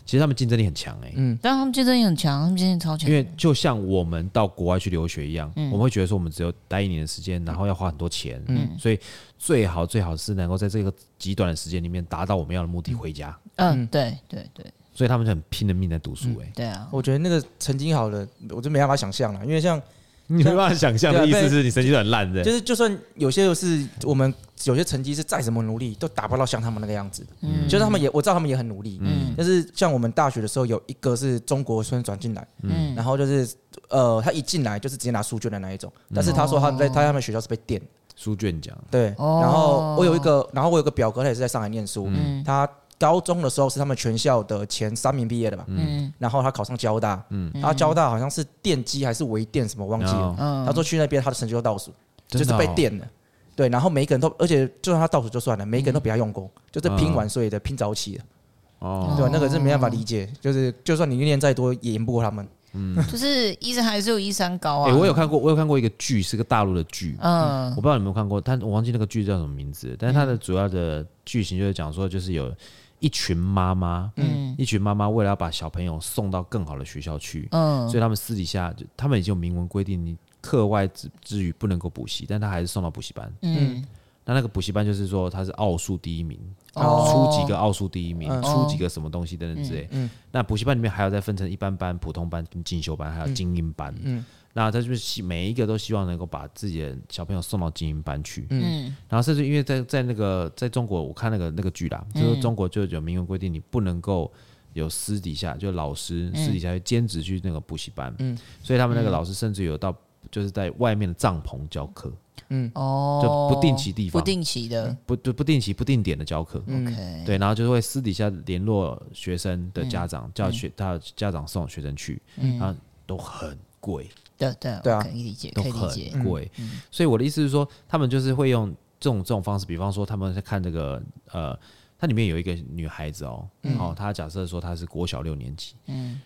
A: 其实他们竞争力很强哎、
B: 但他们竞争力很强，他们竞争力超强
A: 因。为就像我们到国外去留学一样，
B: 嗯
A: 我们会觉得说我们只有待一年的时间，然后要花很多钱，
B: 嗯
A: 所以最好最好是能够在这个极短的时间里面达到我们要的目的回家，
B: 嗯，对对对
A: 所以他们就很拼了命在读书哎、
B: 对啊，
C: 我觉得那个曾经好的，我就没办法想象了，因为像
A: 你没办法想象的意
C: 对啊
A: 思
C: 被
A: 是你成绩都很烂的，
C: 就是就算有些就是我们有些成绩是再怎么努力都达不到像他们那个样子，
B: 嗯，
C: 就是他们也我知道他们也很努力，
B: 嗯
C: 但是像我们大学的时候有一个是中国生转进来，
B: 嗯
C: 然
B: 嗯
C: 后就是呃他一进来就是直接拿书卷的那一种，但是他说他在他在他们学校是被电，
A: 书卷奖，
C: 对，
B: 哦
C: 然后我有一个，然后我有个表哥，他也是在上海念书，
B: 嗯
C: 他高中的时候是他们全校的前三名毕业的吧，
B: 嗯
C: 然后他考上交大，
A: 嗯
C: 他交大好像是电机还是微电什么忘记了，
B: 嗯
C: 他说去那边他的成就倒数，
A: 哦真
C: 就
A: 的
C: 是被
A: 哦
C: 电了。对，然后每一个人都，而且就算他倒数就算了，每一个人
A: 嗯
C: 都比他用功，就是拼晚睡的，拼早起的，
A: 哦，
C: 对，那个是没办法理解，就是就算你练再多，也赢不过他们。
B: 就是医生还是有医生高啊。
A: 哎，我有看过，我有看过一个剧，是个大陆的剧，
B: 嗯
A: 我不知道你有没有看过，但我忘记那个剧叫什么名字，但是它的主要的剧情就是讲说，就是有一群妈妈，
B: 嗯
A: 一群妈妈为了要把小朋友送到更好的学校去，
B: 嗯
A: 所以他们私底下就他们已经有明文规定，你课外之之余不能够补习，但他还是送到补习班。
B: 嗯
A: 那那个补习班就是说他是奥数第一名，
B: 哦嗯
A: 出几个奥数第一名，
C: 嗯
A: 出几个什么东西等等之类。那补习班里面还要再分成一般班、普通班、进修班，还
B: 嗯
A: 有精英班。那他就是希每一个都希望能够把自己的小朋友送到精英班去。
B: 嗯
A: 然后甚至因为在在那个在中国，我看那个那个剧啦，
B: 嗯
A: 就是中国就有明文规定，你不能够有私底下就老师私
B: 嗯
A: 底下去兼职去那个补习班，所以他们那个老师甚至有到就是在外面的帐篷教课，
B: 哦，
A: 就不定期地方
B: 不定期的。
A: 不就不定期不定点的教课，
B: OK，嗯
A: 对，然后就会私底下联络学生的家长，叫学他的家长送学生去，然后都很贵，
B: 对对
C: 对啊
B: 我可以理解，
A: 都
B: 可以理解。
A: 很贵。所以我的意思是说，他们就是会用这种这种方式，比方说他们在看这个呃，它里面有一个女孩子哦，
B: 嗯
A: 哦，她假设说她是国小六年级，嗯，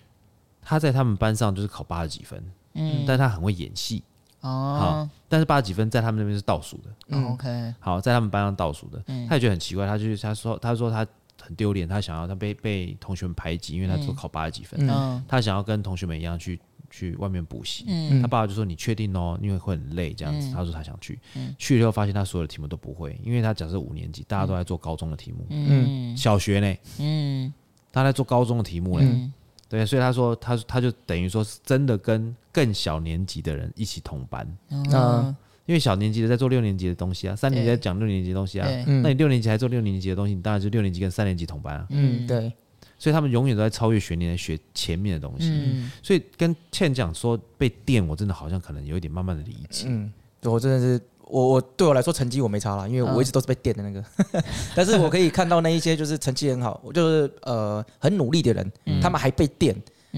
A: 她在他们班上就是考八十几分，嗯，但她很会演戏，
B: 哦
A: 好，但是八十几分在他们那边是倒数的，
B: ，OK，
A: 好，在他们班上倒数的，
B: 嗯
A: 她也觉得很奇怪，她就是她说她说她很丢脸，她想要她被被同学们排挤，因为她只有考八十几分，
B: 嗯
A: 他想要跟同学们一样去去外面补习。
B: 嗯
A: 他爸爸就说：“你确定哦？因为会很累这样子。他说他想去，
B: 嗯
A: 去了以后发现他所有的题目都不会，因为他假设五年级，大家都在做高中的题目，
B: 嗯
A: 小学呢，
B: 嗯
A: 他在做高中的题目呢。
B: 嗯
A: 对，所以他说他他就等于说是真的跟更小年级的人一起同班，
B: 嗯，
A: 因为小年级的在做六年级的东西啊，三年级在讲六年级的东西啊。
B: 对，
C: 嗯
A: 那你六年级还做六年级的东西，你当然就六年级跟三年级同班啊。
C: 嗯，对，
A: 所以他们永远都在超越学年的学前面的东西。
B: 嗯
A: 所以跟倩讲说被电，我真的好像可能有一点慢慢的理解。
C: 嗯，对我真的是，我我对我来说成绩我没差啦，因为
B: 嗯
C: 我一直都是被电的那个， 但是我可以看到那一些就是成绩很好，我就是呃很努力的人，
B: 嗯
C: 他们还被电，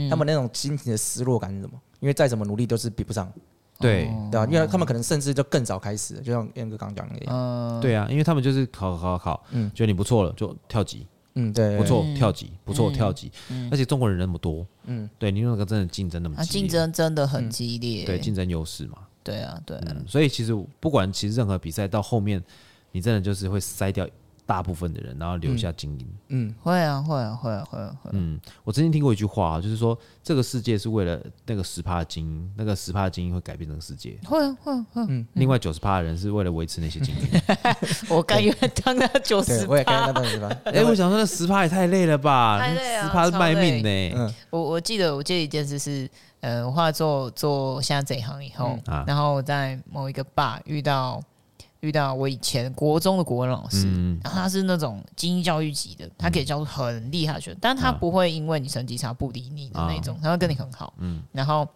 C: 他们那种心情的失落感是什么？因为再怎么努力都是比不上，
A: 对、
B: 哦
C: 对吧、因为他们可能甚至就更早开始，就像燕哥刚讲的一样，
B: 嗯
A: 对啊，因为他们就是考考考，
C: 嗯
A: 觉得你不错了就跳级，
C: 嗯，对，
A: 不错跳级，不错跳级，而且中国人那么多，
C: 嗯
A: 嗯，对你那个真的竞争那么
B: 啊，
A: 激烈，嗯
B: 竞争真的很激烈。
A: 对竞争优势嘛，
B: 对啊，对啊，
A: 嗯，所以其实不管其实任何比赛到后面，你真的就是会筛掉大部分的人，然后留下精英。
C: 嗯
B: 会啊，会啊，会啊，会啊，会啊。
A: 嗯，我曾经听过一句话、啊，就是说这个世界是为了那个十帕精英，那个十帕精英会改变这个世界，
B: 会啊会啊会啊！
A: 另外九十帕的人是为了维持那些精英。
B: 我甘愿当那九
C: 对
B: 十，，
C: 我也看到那 是吧？
A: 哎、我想说那十趴也太累了吧？
B: 太累啊
A: 十趴是卖命呢、
C: 嗯
B: 我我记得我记得一件事是，呃，我后来做做现在这一行以后，
A: 嗯啊
B: 然后我在某一个吧遇到遇到我以前国中的国文老师，
A: 嗯，
B: 然后他是那种精英教育级的，他可以教出很厉害的学生，但他不会因为你成绩差不理你的那种，他会跟你很好。嗯，然后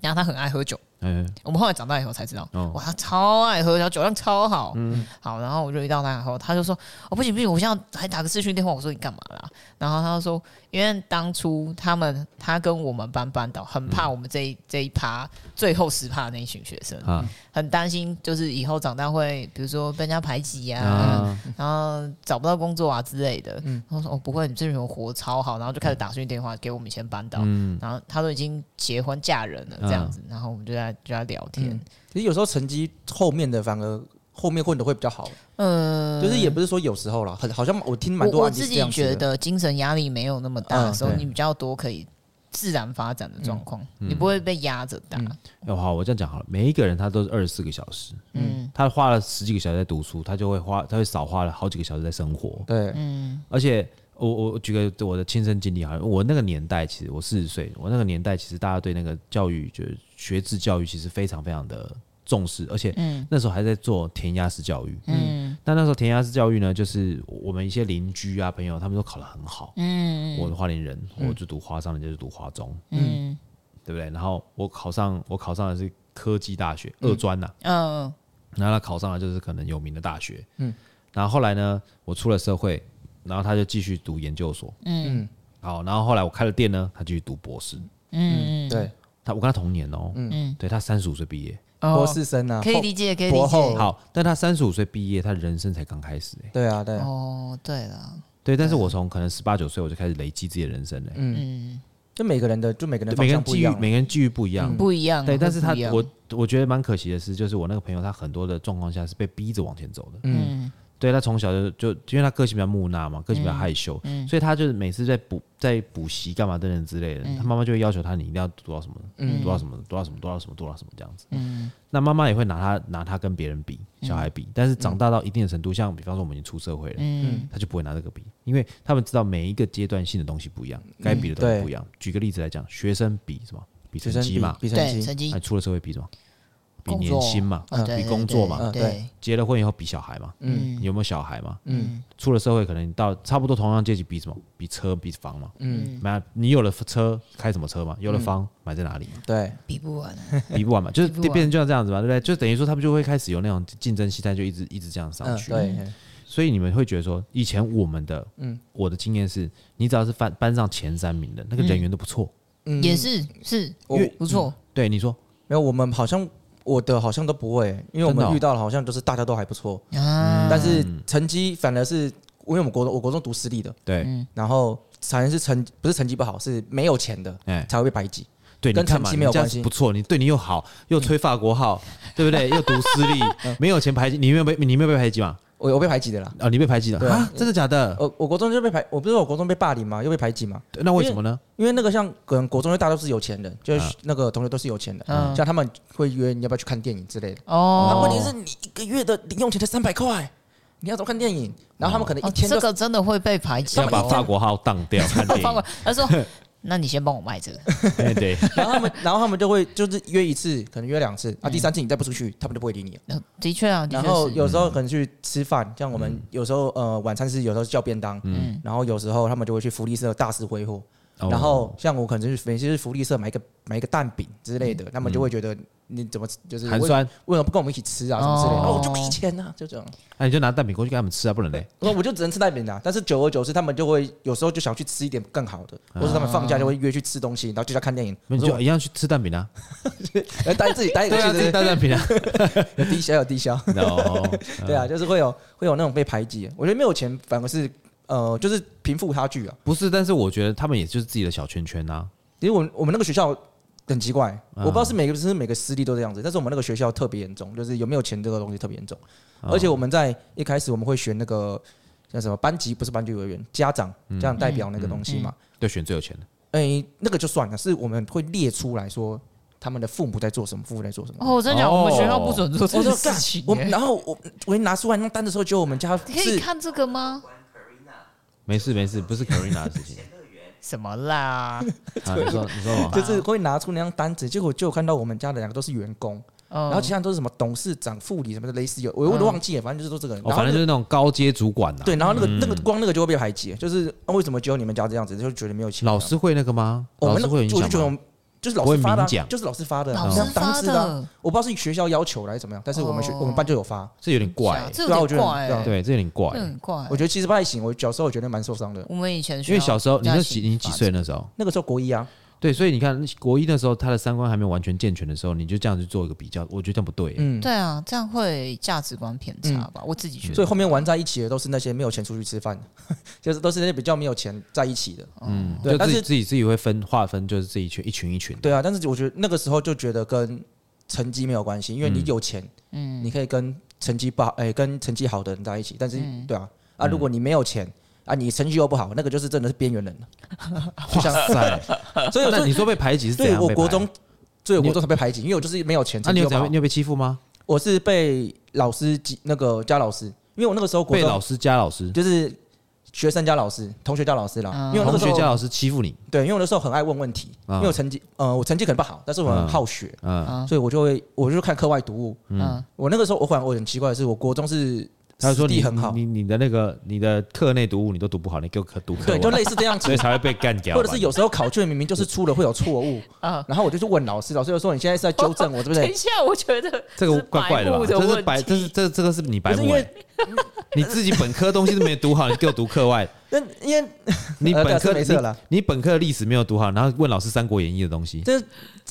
B: 然后他很爱喝酒，
A: 嗯
B: 我们后来长大以后才知道，
A: 哦
B: 哇，他超爱喝，他酒量超好。
A: 嗯
B: 好，然后我就遇到他以后，他就说：“哦，不行不行，我现在还打个视讯电话。”我说：“你干嘛啦？”然后他就说：“因为当初他们他跟我们班班导很怕我们这一、这一趴最后十趴的那一群学生，
A: 啊
B: 很担心就是以后长大会比如说被人家排挤呀、
A: 啊，嗯
B: 然后找不到工作啊之类的。然后说：“哦，不会，你这群人活超好。”然后就开始打视讯电话给我们以前班导。
A: 嗯，啊
B: 然后他都已经结婚嫁人了，这样子，然后我们就在就在聊天，
C: 嗯其实有时候成绩后面的反而后面混的会比较好，
B: 嗯，
C: 就是也不是说有时候啦，很好像我听蛮
B: 我
C: 多
B: 我
C: 案例
B: 自
C: 是这
B: 己
C: 样子的
B: 觉得精神压力没有那么大的时候，
A: 嗯对
B: 你比较多可以自然发展的状况，
C: 嗯
B: 你不会被压着打。
A: 哎好，我这样讲好了，每一个人他都是二十四个小时，
B: 嗯
A: 他花了十几个小时在读书，他就会花，他会少花了好几个小时在生活。
C: 对，
B: 嗯
A: 而且我我我举个我的亲身经历，好像我那个年代，其实我四十岁，我那个年代其实大家对那个教育，就是学制教育，其实非常非常的重视，而且那时候还在做填鸭式教育，
B: 嗯
A: 但那时候填鸭式教育呢，就是我们一些邻居啊朋友，他们都考得很好。
B: 嗯
A: 我是花莲人，我就读花商，人家就读花中，
B: 嗯
A: 对不对？然后我考上，我考上的是科技大学二专呐、啊
B: 嗯
A: 然后他考上了就是可能有名的大学，嗯
C: 嗯，
A: 然后后来呢，我出了社会，然后他就继续读研究所，
C: 嗯
A: 好，然后后来我开了店呢，他继续读博士，
C: 嗯，对，
A: 他我跟他同年哦，
C: 嗯
A: 嗯，对他三十五岁毕业，
B: 哦
C: 博士生啊，
B: 可以
C: 后
B: 理解，可以理
C: 博后
B: 解。
A: 好，但他三十五岁毕业，他人生才刚开始哎、
C: 对啊，对嗯啊，
B: 哦，对了，
A: 对，但是我从可能十八九岁我就开始累积自己的人生嘞、
B: 嗯，
C: 就每个人的就每个人的
A: 每
C: 方
A: 个人
C: 向不
A: 际
C: 一
A: 遇
C: 样，啊
A: 每个人际遇不一样，
B: 不一样。啊
A: 对，但是他
B: 会不一样
A: 我我觉得蛮可惜的是，就是我那个朋友他很多的状况下是被逼着往前走的，
C: 嗯
B: 嗯
A: 对他从小就就因为他个性比较木讷嘛，个性比较害羞，
B: 嗯
A: 所以他就是每次在补在补习干嘛等等之类的，
B: 嗯
A: 他妈妈就会要求他你一定要读到什么，
C: 嗯
A: 读到什么，读到什么，读到什么，读到什么这样子。
B: 嗯
A: 那妈妈也会拿他拿他跟别人比，小孩比，但是长大到一定的程度，像比方说我们已经出社会了，
B: 嗯
A: 他就不会拿这个比，因为他们知道每一个阶段性的东西不一样，该比的东西
C: 嗯对
A: 不一样。举个例子来讲，学生比什么？比
C: 学
A: 成
C: 生
A: 绩
C: 比
A: 嘛，
C: 比成
B: 对，
C: 绩，
B: 成绩
A: 还出了社会比什么？比
B: 工
A: 年
B: 作
A: 薪嘛，
B: 哦对
A: 比
B: 对
A: 工作嘛，
C: 嗯
B: 对
C: 对，
A: 结了婚以后比小孩嘛，
C: 嗯
A: 你有没有小孩嘛？
C: 嗯
A: 出了社会，可能你到差不多同样阶级，比什么？比车，比房嘛。
C: 嗯，
A: 买你有了车，开什么车嘛？有了房，买在哪里嘛？
C: 对，
B: 比不完。啊
A: 比不完 嘛，就是
B: 嗯比不完
A: 变成就像这样子嘛，对不对？就等于说他们就会开始有那种竞争心态，就一直一直这样上
C: 嗯
A: 去。
C: 对，嘿
A: 所以你们会觉得说，以前我们的，嗯，我的经验是，你只要是班班上前三名的那个人缘都不错。
C: 嗯
B: 也是是
C: 我
B: 不错，
A: 对，你说
C: 没有，我们好像我的好像都不会，因为我
A: 真的
C: 们
A: 哦
C: 遇到的好像就是大家都还不错，
B: 啊
C: 但是成绩反而是因为我们国中我国中读私立的，
A: 对，
B: 嗯
C: 然后反而是成不是成绩不好，是没有钱的
A: 哎，
C: 才会被排挤。
A: 对，你
C: 跟
A: 看
C: 成
A: 嘛，
C: 绩
A: 你
C: 没有
A: 这样
C: 关
A: 子
C: 系
A: 不错，你对你又好，又吹法国号，对不对？又读私 立，
C: 嗯
A: 没有钱排挤，你没有被你没有被排挤嘛？
C: 我我被排挤的啦，
A: 啊，你被排挤了
C: 对啊
A: 啊？真的假的？
C: 我我国中就被排，我不是我国中被霸凌嘛，又被排挤嘛，
A: 对那为什么呢？
C: 因为那个像可能国中大家都是有钱人，
A: 嗯
C: 就是那个同学都是有钱人，
B: 嗯
C: 像他们会约你要不要去看电影之类的。
B: 哦，
C: 啊那问题是你一个月的零用钱才三百块，你要怎么看电影？然后他们可能
B: 哦
C: 一天
B: 这
C: 就
B: 个真的会被排挤
A: 要
B: 哦，
A: 把法国号当 掉，看电
B: 放过
A: 影。
B: 他说，那你先帮我卖这个，
A: 哎对，
C: 然后 他们，然后他们就会就是约一次，可能约两次，
B: 嗯
C: 啊，第三次你再不出去，他们就不会理你了。
B: 呃的确啊，的
C: 然
B: 确
C: 后
B: 是
C: 有时候可能去吃饭，像我们有时候呃晚餐是有时候叫便当，嗯，然后有时候他们就会去福利社大肆挥霍。
A: 哦
C: 然后像我可能就是每次去福利社买一个买一个蛋饼之类的，他们就会觉得你怎么就是
A: 寒
C: 为
A: 酸，
C: 为什么不跟我们一起吃啊什么之类的？
B: 哦
C: 哦，我就没钱啊，就这样。
A: 那你就拿蛋饼过去给他们吃啊，不能嘞。
C: 我说我就只能吃蛋饼啊，但是久而久之，他们就会有时候就想去吃一点更好的，或者他们放假就会约去吃东西，然后就要看电影。
A: 那你
C: 我说
A: 就一样去吃蛋饼啊，
C: 哎带自己带一个
A: 对啊，自己
C: 去，
A: 带蛋饼啊。
C: 有低消有低消。
A: 哦，
C: 对啊，就是会有会有那种被排挤。我觉得没有钱反而是呃，就是贫富差距啊。
A: 不是，但是我觉得他们也就是自己的小圈圈啊呐。
C: 其实我们我们那个学校很奇怪，
A: 嗯
C: 我不知道是每个是不是每个私立都这样子，但是我们那个学校特别严重，就是有没有钱这个东西特别严重。
A: 嗯
C: 而
A: 哦
C: 且我们在一开始我们会选那个叫什么班级，不是班级委员，家长
A: 嗯
C: 家长代表那个东西嘛。
A: 对，选最有钱的。
C: 哎、那个就算了，是我们会列出来说他们的父母在做什么，父母在做什么。
B: 哦，我真的讲我们
A: 哦
B: 学校不准做这
C: 我
B: 个
C: 说
B: 事
C: 干
B: 情，
C: 我
B: 欸
C: 然后我我一拿出来那单的时候，就我们家
B: 可以
C: 是
B: 看这个吗？
A: 没事没事，不是 Karina 的事 情。
B: 什 么啦？
A: 啊，你说你说什么？
C: 就是会拿出那张单子，结果就有看到我们家的两个都是员工，
A: 哦
B: 然
C: 然后其他都是什么董事长、副理什么的，类似有我我都忘记了，反正就是都这个人。
A: 哦，
C: 然后
A: 反
C: 那
A: 正就
C: 个
A: 是嗯那种高阶主管啊呐。
C: 对，，然后那个那个光那个就会被排挤，就是啊为什么只有你们家这样子，就觉得没有钱。
A: 老，师会那个吗？
C: 哦我
A: 老
C: 们
A: 师
C: 那
A: 会有
C: 我
A: 影
C: 就
A: 响
C: 觉得我
A: 吗？
C: 们就是老师
A: 不
C: 发
A: 会
C: 的
A: 明
C: 啊，
A: 讲
C: 就是老师发的，
B: 老师
C: 像
B: 发
C: 单字的啊，
B: 的，
C: 我不知道是学校要求的还是怎么样，但是我们学
B: 哦
C: 我们班就有发，
A: 这有点怪，
B: 这
C: 对啊
B: 有
C: 我觉
B: 点
C: 得
B: 怪
C: 很
B: 欸，
A: 对，这有点怪
C: 嗯
B: 这。很怪欸。
C: 我觉得其实不太行，我小时候我觉得蛮受伤的，
B: 我们以前学
A: 因为小时候
B: 校
A: 你那
B: 家
A: 几
B: 庭
A: 你几
B: 发展
A: 岁那时候？
C: 那个时候国一啊，
A: 对，所以你看国一那时候他的三观还没有完全健全的时候，你就这样去做一个比较，我觉得这样不对。
C: 嗯，
B: 对啊，这样会价值观偏差
A: 嗯
B: 吧？我自己觉
C: 所
B: 得
C: 以后面玩在一起的都是那些没有钱出去吃饭的， 就是都是那些比较没有钱在一起的，
A: 嗯，
C: 对
A: 就
C: 但
A: 自己
C: 是
A: 自己自己会分划分，就是这一群一群一 群的。
C: 对啊，但是我觉得那个时候就觉得跟成绩没有关系，因为你有钱，嗯，你可以跟成绩不好，哎、跟成绩好的人在一起，但是、对啊，啊，如果你没有钱。啊，你成绩又不好，那个就是真的是边缘人了。
A: 哇塞！
C: 所以我
A: 那
C: 说，
A: 你说被排挤是怎
C: 对
A: 样？
C: 我国中，所以我国中才被排挤，因为我就是没有钱，
A: 那
C: 成
A: 你有
C: 绩又不
A: 怎
C: 好
A: 样？你。有被欺负吗？
C: 我是被老师挤那个加老师，因为我那个时候国
A: 被老
C: 中
A: 师加老师，
C: 就是学生加老师，同学加老师啦。因为我
A: 同
C: 那个时
A: 学加
C: 候
A: 老师欺负你，
C: 对，因为我那时候很爱问问题，
A: 啊
C: 因为我成绩呃我成绩可能不好，但是我很好学，
A: 嗯，
B: 啊，
C: 所以我就会我就看课外读物，
B: 嗯，
C: 我那个时候，我反而我很奇怪的是，我国中是
A: 他就说
C: 实
A: 你
C: 力很好
A: 你你的那个你的课内读物你都读不好，你给我课读课
C: 对，就
A: 文，
C: 类似这样子
A: 所以。才会被干掉吧。
C: 或者是有时候考卷明明就是出了会有错误，
B: 嗯
C: 然后我就去问老师，老师就说你现在是在纠正我，对不
B: 等
C: 对
B: 一？下，我觉得
A: 这个
B: 是
A: 怪怪
B: 白
A: 吧？
B: 目
A: 这是
B: 问
A: 白，
B: 题
A: 这是这这个是你白
C: 不是
A: 目
C: 因为
A: 欸，你自己本科东西都没读好，你给我读课外，
C: 那因为
A: 你
C: 呃对
A: 本
C: 啊
A: 科
C: 这没事
A: 你
C: 了
A: 你本科的历史没有读好，然后问老师《三国演义》的东西，
C: 这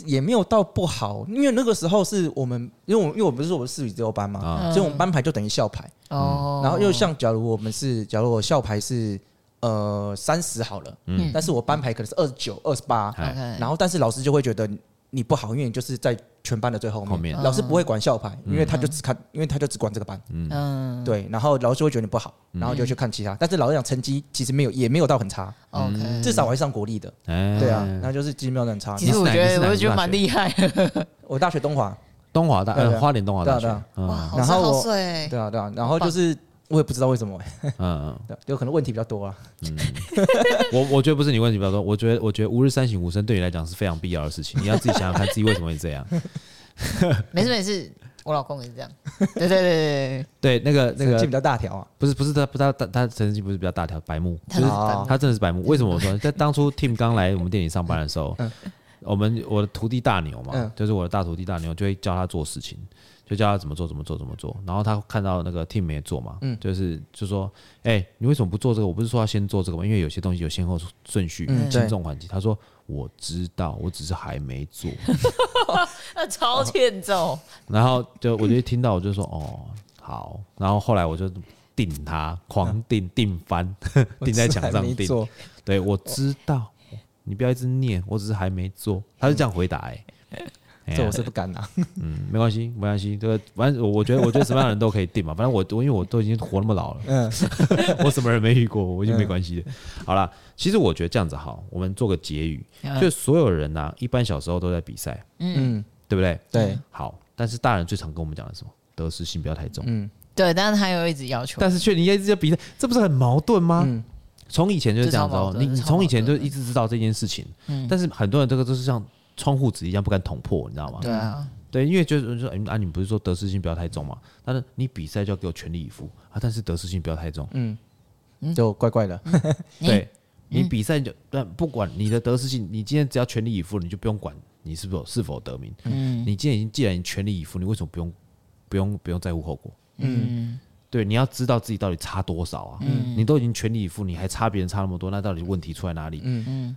C: 也没有到不好，因为那个时候是我们，因为我因为我不是说我是市语自由班嘛，
A: 啊
C: 所以我们班牌就等于校牌。
A: 嗯
B: 哦，
C: 然后又像假如我们是，假如我校牌是呃三十好了，
B: 嗯
C: 但是我班牌可能是二十九、二十八，
A: 哎
B: OK
C: 然后但是老师就会觉得你不好，因为你就是在全班的最后面。
A: 后面嗯
C: 老师不会管校牌，因为他就只看，因为他就只管这个班。
B: 嗯
C: 对，然后老师就会觉得你不好，
A: 嗯
C: 然后就去看其他。但是老师讲成绩其实没有，也没有到很差，
A: 嗯
B: ，OK，
C: 至少我还上国立的。
A: 哎，
C: 对啊，那就是其实没有很差。
B: 嗯其实我
A: 你是
B: 觉
A: 哪你是
B: 得
A: 哪
B: 我就觉
A: 哪
B: 得蛮
A: 学
B: 厉害的，
C: 我大学东华，
A: 东华大，
C: 对啊对
A: 呃，
C: 啊
A: 花莲东华大学
C: 对啊，
A: 嗯
B: 哇，好欸
C: 然
B: 深
C: 后
B: 好
C: 我
B: 水，
C: 对啊对啊，然后就是我也不知道为什么，
A: 嗯嗯，
C: 对有可能问题比较多啊。
A: 我我觉得不是你问题比较多，我觉得我觉得吾日三省吾身对你来讲是非常必要的事情，你要自己想想看自己为什么会这样。
B: 没事没事，我老公也是这样，对对对对
A: 对，那个那
C: 成绩
A: 个
C: 比较大条啊，
A: 不是不是他不他他他成绩不是比较大条白目，
B: 对，他是
C: 哦
B: 反
A: 他真的是白目。为什么我说？ 在当初 Tim 刚来我们店里上班的时候，我们我的徒弟大牛嘛，
C: 嗯
A: 就是我的大徒弟大牛，就会教他做事情，就教他怎么做怎么做怎么做。然后他看到那个 Tim 没做嘛，
C: 嗯
A: 就是就说：“哎、你为什么不做这个？我不是说要先做这个吗？因为有些东西有先后顺序，
C: 嗯
A: 轻
C: 对
A: 重缓急。”他说：“我知道，我只是还没做。
B: 那超欠揍，”
A: 然后就我就一听到我就说：“哦，好。”然后后来我就。定他，狂定定翻， 定在 墙
C: 我
A: 上
C: 啊还没
A: 定。
C: 做，
A: 对，我知道，你不要一直念，我只是还没做。他是这样回答、 欸，哎、
C: 这
A: 呀
C: 我是不敢拿。
A: 嗯，没关系，没关系，这个反正我我觉得，我觉得什么样的人都可以定嘛，反正我我因为我都已经活那么老了，
C: 嗯，
A: 我什么人没遇过，我就没关系的。好啦，其实我觉得这样子好，我们做个结语，就所有人呐、一般小时候都在比赛，
C: 嗯，
A: 对不对？
C: 对，
A: 好，但是大人最常跟我们讲的是什么？得失心不要太重。
C: 嗯，
B: 对，但是他又一直要求，
A: 但是却你一直在比赛，这不是很矛盾吗
C: 嗯？
A: 从、以前就是这样子
B: 这超
A: 哦
B: 矛，盾
A: 你
B: 这
A: 你
B: 超
A: 从以前
B: 矛
A: 就
B: 盾嗯
A: 一直知道这件事情，但是很多人这个都是像窗户纸一样不敢捅破，你知道吗？
B: 对啊，
A: 对，因为就是说，哎、啊，你不是说得失心不要太重嘛？但是你比赛就要给我全力以赴啊，但是得失心不要太重。
C: 就怪怪的。
B: 嗯
A: 对，你比赛就但不管你的得失心，你今天只要全力以赴，你就不用管你是否是否得名。
C: 嗯
A: 你今天已经既然你全力以赴，你为什么不用不用不用在乎后果？
B: 嗯，
A: 对，你要知道自己到底差多少啊！
C: 嗯
A: 你都已经全力以赴，你还差别人差那么多，那到底问题出在哪里？
C: 嗯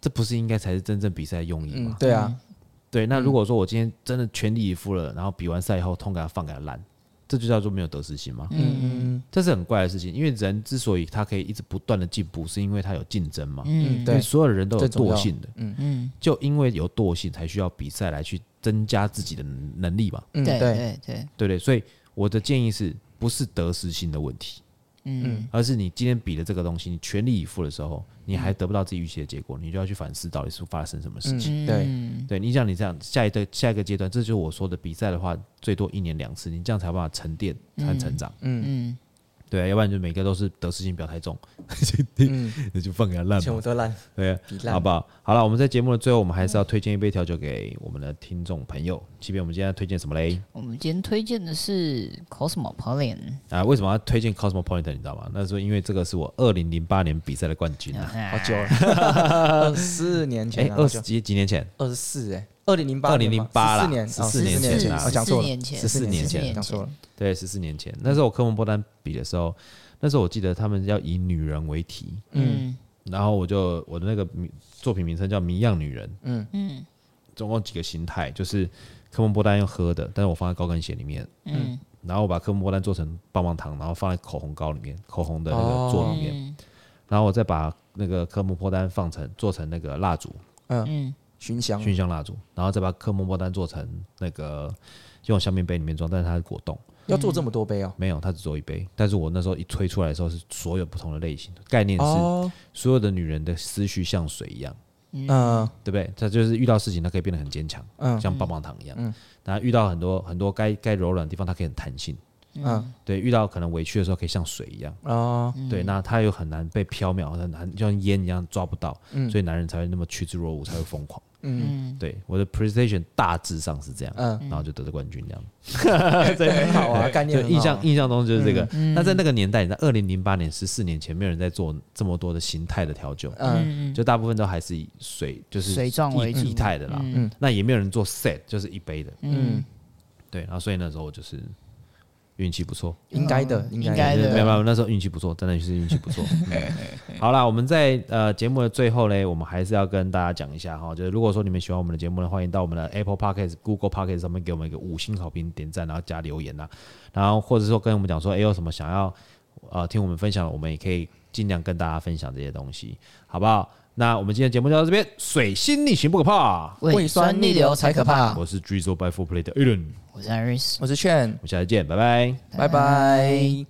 A: 这不是应该才是真正比赛的用意
C: 嗯
A: 吗，？
C: 对啊，
A: 对，那如果说我今天真的全力以赴了，然后比完赛以后痛给他放给他烂，这就叫做没有得失心吗？
C: 嗯
A: 这是很怪的事情，因为人之所以他可以一直不断的进步，是因为他有竞争嘛。
C: 嗯嗯，
A: 因为
C: 对，
A: 所有人都有
C: 最重要
A: 惰性的，
C: 嗯
A: 嗯，就因为有惰性，才需要比赛来去增加自己的能力嘛，
C: 嗯
B: 对
C: 对，
B: 对对，
A: 对不对？所以我的建议是不是得失心的问题，
B: 嗯，
A: 而是你今天比的这个东西，你全力以赴的时候，你还得不到自己预期的结果，你就要去反思到底是发生什么事情。
C: 嗯嗯对，
A: 对你像你这样，下一个下一个阶段，这就是我说的比赛的话，最多一年两次，你这样才有办法沉淀，才能成长。
C: 嗯
A: 对啊，要不然就每个都是得失心不要太重，
C: 嗯，
A: 那就放给他烂
C: 全
A: 嘛。
C: 部都烂，
A: 对啊，
C: 比
A: 好
C: 烂
A: 不。好？好了，我们在节目的最后，我们还是要推荐一杯调酒给我们的听众朋友。即便我们今天要推荐什么嘞？
B: 我们今天推荐的是 Cosmopolitan，
A: 啊，为什么要推荐 Cosmopolitan？你知道吗？那是因为这个是我二零零八年比赛的冠军啊。
C: 好
B: 哎
C: 久 了，二十四年
A: 哎
C: 前，啊，
A: 二十几几年前，
C: 二十四哎，二零零八，
A: 2008啦
C: 四年，
A: 14
C: 年
A: 年
C: 哦
A: 前
C: 前，
A: 啊
C: 我讲错了
B: 14年，前
C: 14
A: 14年
B: 前
C: 哦讲错了，
A: 对，十四年前，那时候我跟文波丹比的时候，那时候我记得他们要以女人为题，
B: 嗯
A: 然后我就我的那个名作品名称叫《谜样女人》，
C: 嗯
A: 嗯，总共几个形态，就是科莫波丹用喝的，但是我放在高跟鞋里面，
B: 嗯
A: 然后我把科莫波丹做成棒棒糖，然后放在口红膏里面，口红的那个做里面，
B: 嗯
A: 然后我再把那个科莫波丹放成做成那个蜡烛，
B: 嗯，
C: 熏香，
A: 熏香蜡烛，然后再把科莫波丹做成那个用香槟杯里面装，但是它是果冻，
C: 要做这么多杯哦，
A: 没有，它只做一杯，但是我那时候一吹出来的时候是所有不同的类型，概念是
C: 哦，
A: 所有的女人的思绪像水一样。
C: 嗯
A: 对不对？他就是遇到事情，他可以变得很坚强，
C: 嗯
A: 像棒棒糖一样。那、遇到很多很多该该柔软的地方，它可以很弹性。
C: 嗯
A: 对，遇到可能委屈的时候，可以像水一样。
C: 哦，
A: 对，那他又很难被飘渺，很难就像烟一样抓不到，所以男人才会那么趋之若鹜，才会疯狂。
C: 嗯
A: 对，我的 presentation 大致上是这样，
C: 嗯，
A: 然后就得了冠军这样。
C: 很 好啊，概念
A: 就
C: 很好
A: 印象印象中就是这个。
B: 嗯
A: 那在那个年代，你在二零零八年十四年前，没有人在做这么多的形态的调酒，
C: 嗯
A: 就大部分都还是以水就是
B: 水状为主
A: 液液态的啦。
C: 嗯
A: 那也没有人做 set，就是一杯的。
C: 嗯，
A: 对，然后所以那时候我就是运气不错，
C: 应该的，
B: 嗯
C: 应
B: 应
C: 该
B: 该
A: 没
B: 的
A: 有没有，那时候运气不错，真的就是运气不错。嗯好啦，我们在呃节目的最后嘞，我们还是要跟大家讲一下哈，就是如果说你们喜欢我们的节目呢，欢迎到我们的 Apple Podcast、Google Podcast 上面给我们一个五星好评、点赞，然后加留言呐、然后或者说跟我们讲说，哎、有什么想要呃听我们分享的，我们也可以尽量跟大家分享这些东西，好不好？那我们今天的节目就到这边，水星逆行不可怕，
B: 胃酸逆流才可怕。
A: 我是 Drizzle by Four Play 的 Alan，
B: 我是 Iris。
C: 我是劝，
A: 我们下次见，拜拜。
C: 拜拜。